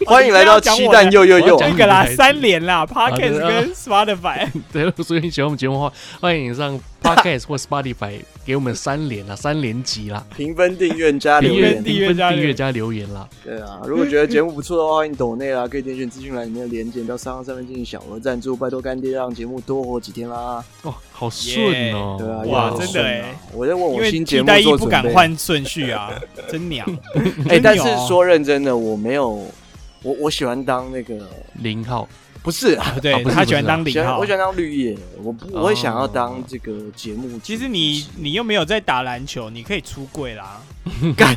欢迎来到七蛋又又又
我要，讲
那个啦，
你还是
三连啦 p o d c a s
对啊
t 跟 Spotify。
对，所以你喜欢我们节目的话，欢 迎上 Podcast 或 Spotify 给我们三连啦，三连集啦，
评分、订阅加留
评分
言。
订
订
阅
阅
加
订
留
阅
言
加留言啦。
对啊，如果觉得节目不错的话，欢迎抖内啊啦，可以点选资讯栏里面的连接到三号上面进行小额赞助，拜托干爹让节目多活几天啦。
哦，好顺哦！
对啊，
哇
要好
真的
顺啊
欸
我在为
因
我
为
新
替
节目
代役
做
不
准
敢
备。
换顺序啊，真娘！
哎，
真
但是
牛啊
说认真的，我没有，我我喜欢当那个，
零号
不是 啊，
对
啊不是
他
不
喜欢
是啊
当
喜
零
欢
号
我喜。欢当绿叶，我不我会想要当这个节目主持。
其实你你又没有在打篮球，你可以出柜啦。
干，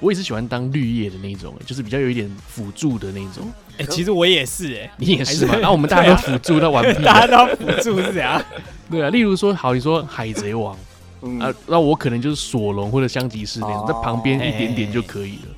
我也是喜欢当绿叶的那种，欸就是比较有一点辅助的那 种。
哎，其实我也是哎，
你也是嘛？
还是
那我们大
啊
家都辅助到完 毕
大
啊。
家都要辅助是啊。
对啊，例如说，好，你说海贼王
嗯
啊，那我可能就是索隆或者香吉士那种，
哦
在旁边一点点就可以了。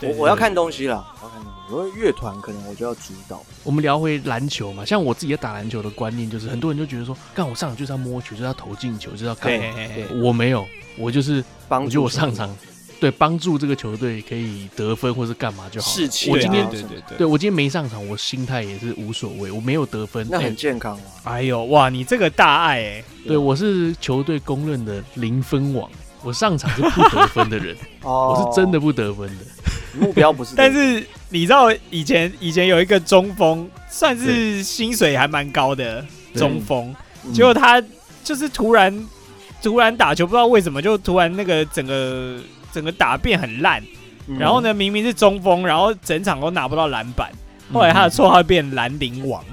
对
我我要看东西啦，我要看东西。如果乐团可能我就要主导，
我们聊回篮球嘛，像我自己在打篮球的观念就是，很多人就觉得说，干我上场就是要摸球，就是要投进球，就是要干嘛。
对对对
我没有，我就是
帮
我
助
觉得我
球
上
队
场对帮助这个球队可以得分或是干嘛就好了。
士气啊。
我今天
对对对
对我今天没上场，我心态也是无所谓，我没有得分，
那很
哎
健康啊。
哎呦哇，你这个大爱哎，
对我是球队公认的零分王，我上场是不得分的人，我
哦，
是真的不得分的。
目 标不是这个，
但是你知道以前以前有一个中锋，算是薪水还蛮高的
对
中锋，
嗯
结果他就是突然突然打球，不知道为什么就突然那个整个整个打变很烂。
嗯
然后呢，明明是中锋，然后整场都拿不到篮板。后来他的绰号变蓝领王，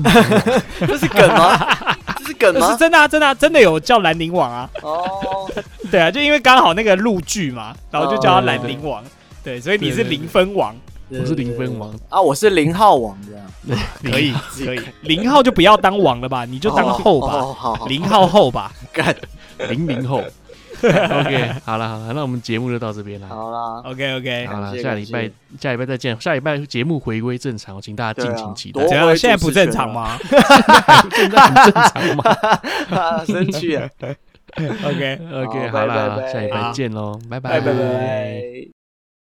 网
这是梗吗？ 这是梗
那是
吗？
真的啊，真的啊，真的有叫蓝领王 啊。
哦，
对啊，就因为刚好那个陆剧嘛，然后就叫他
哦
蓝领王。对，所以你是
对对对
零分王，
我是零分王，
啊，我是零号王这样，
可以
自己
可以。零号就不要当王了吧，你就当后吧，
哦好好，
零号后吧。
干，
零零后。OK，好了好了，那我们节目就到这边了。
好啦，
OK OK，
好
感
了，
谢
下
感
礼
谢
拜下礼拜再见，下礼拜节目回归正常，请大家
对啊
敬请期待
多。
怎
我
样？
会
现在
主
不
持
正
权
常
啊
吗
现在很正常吗
啊生气了，
？OK。
？OK，
好拜拜
好啦，
拜
下礼拜
好
见喽，拜
拜拜
拜
拜。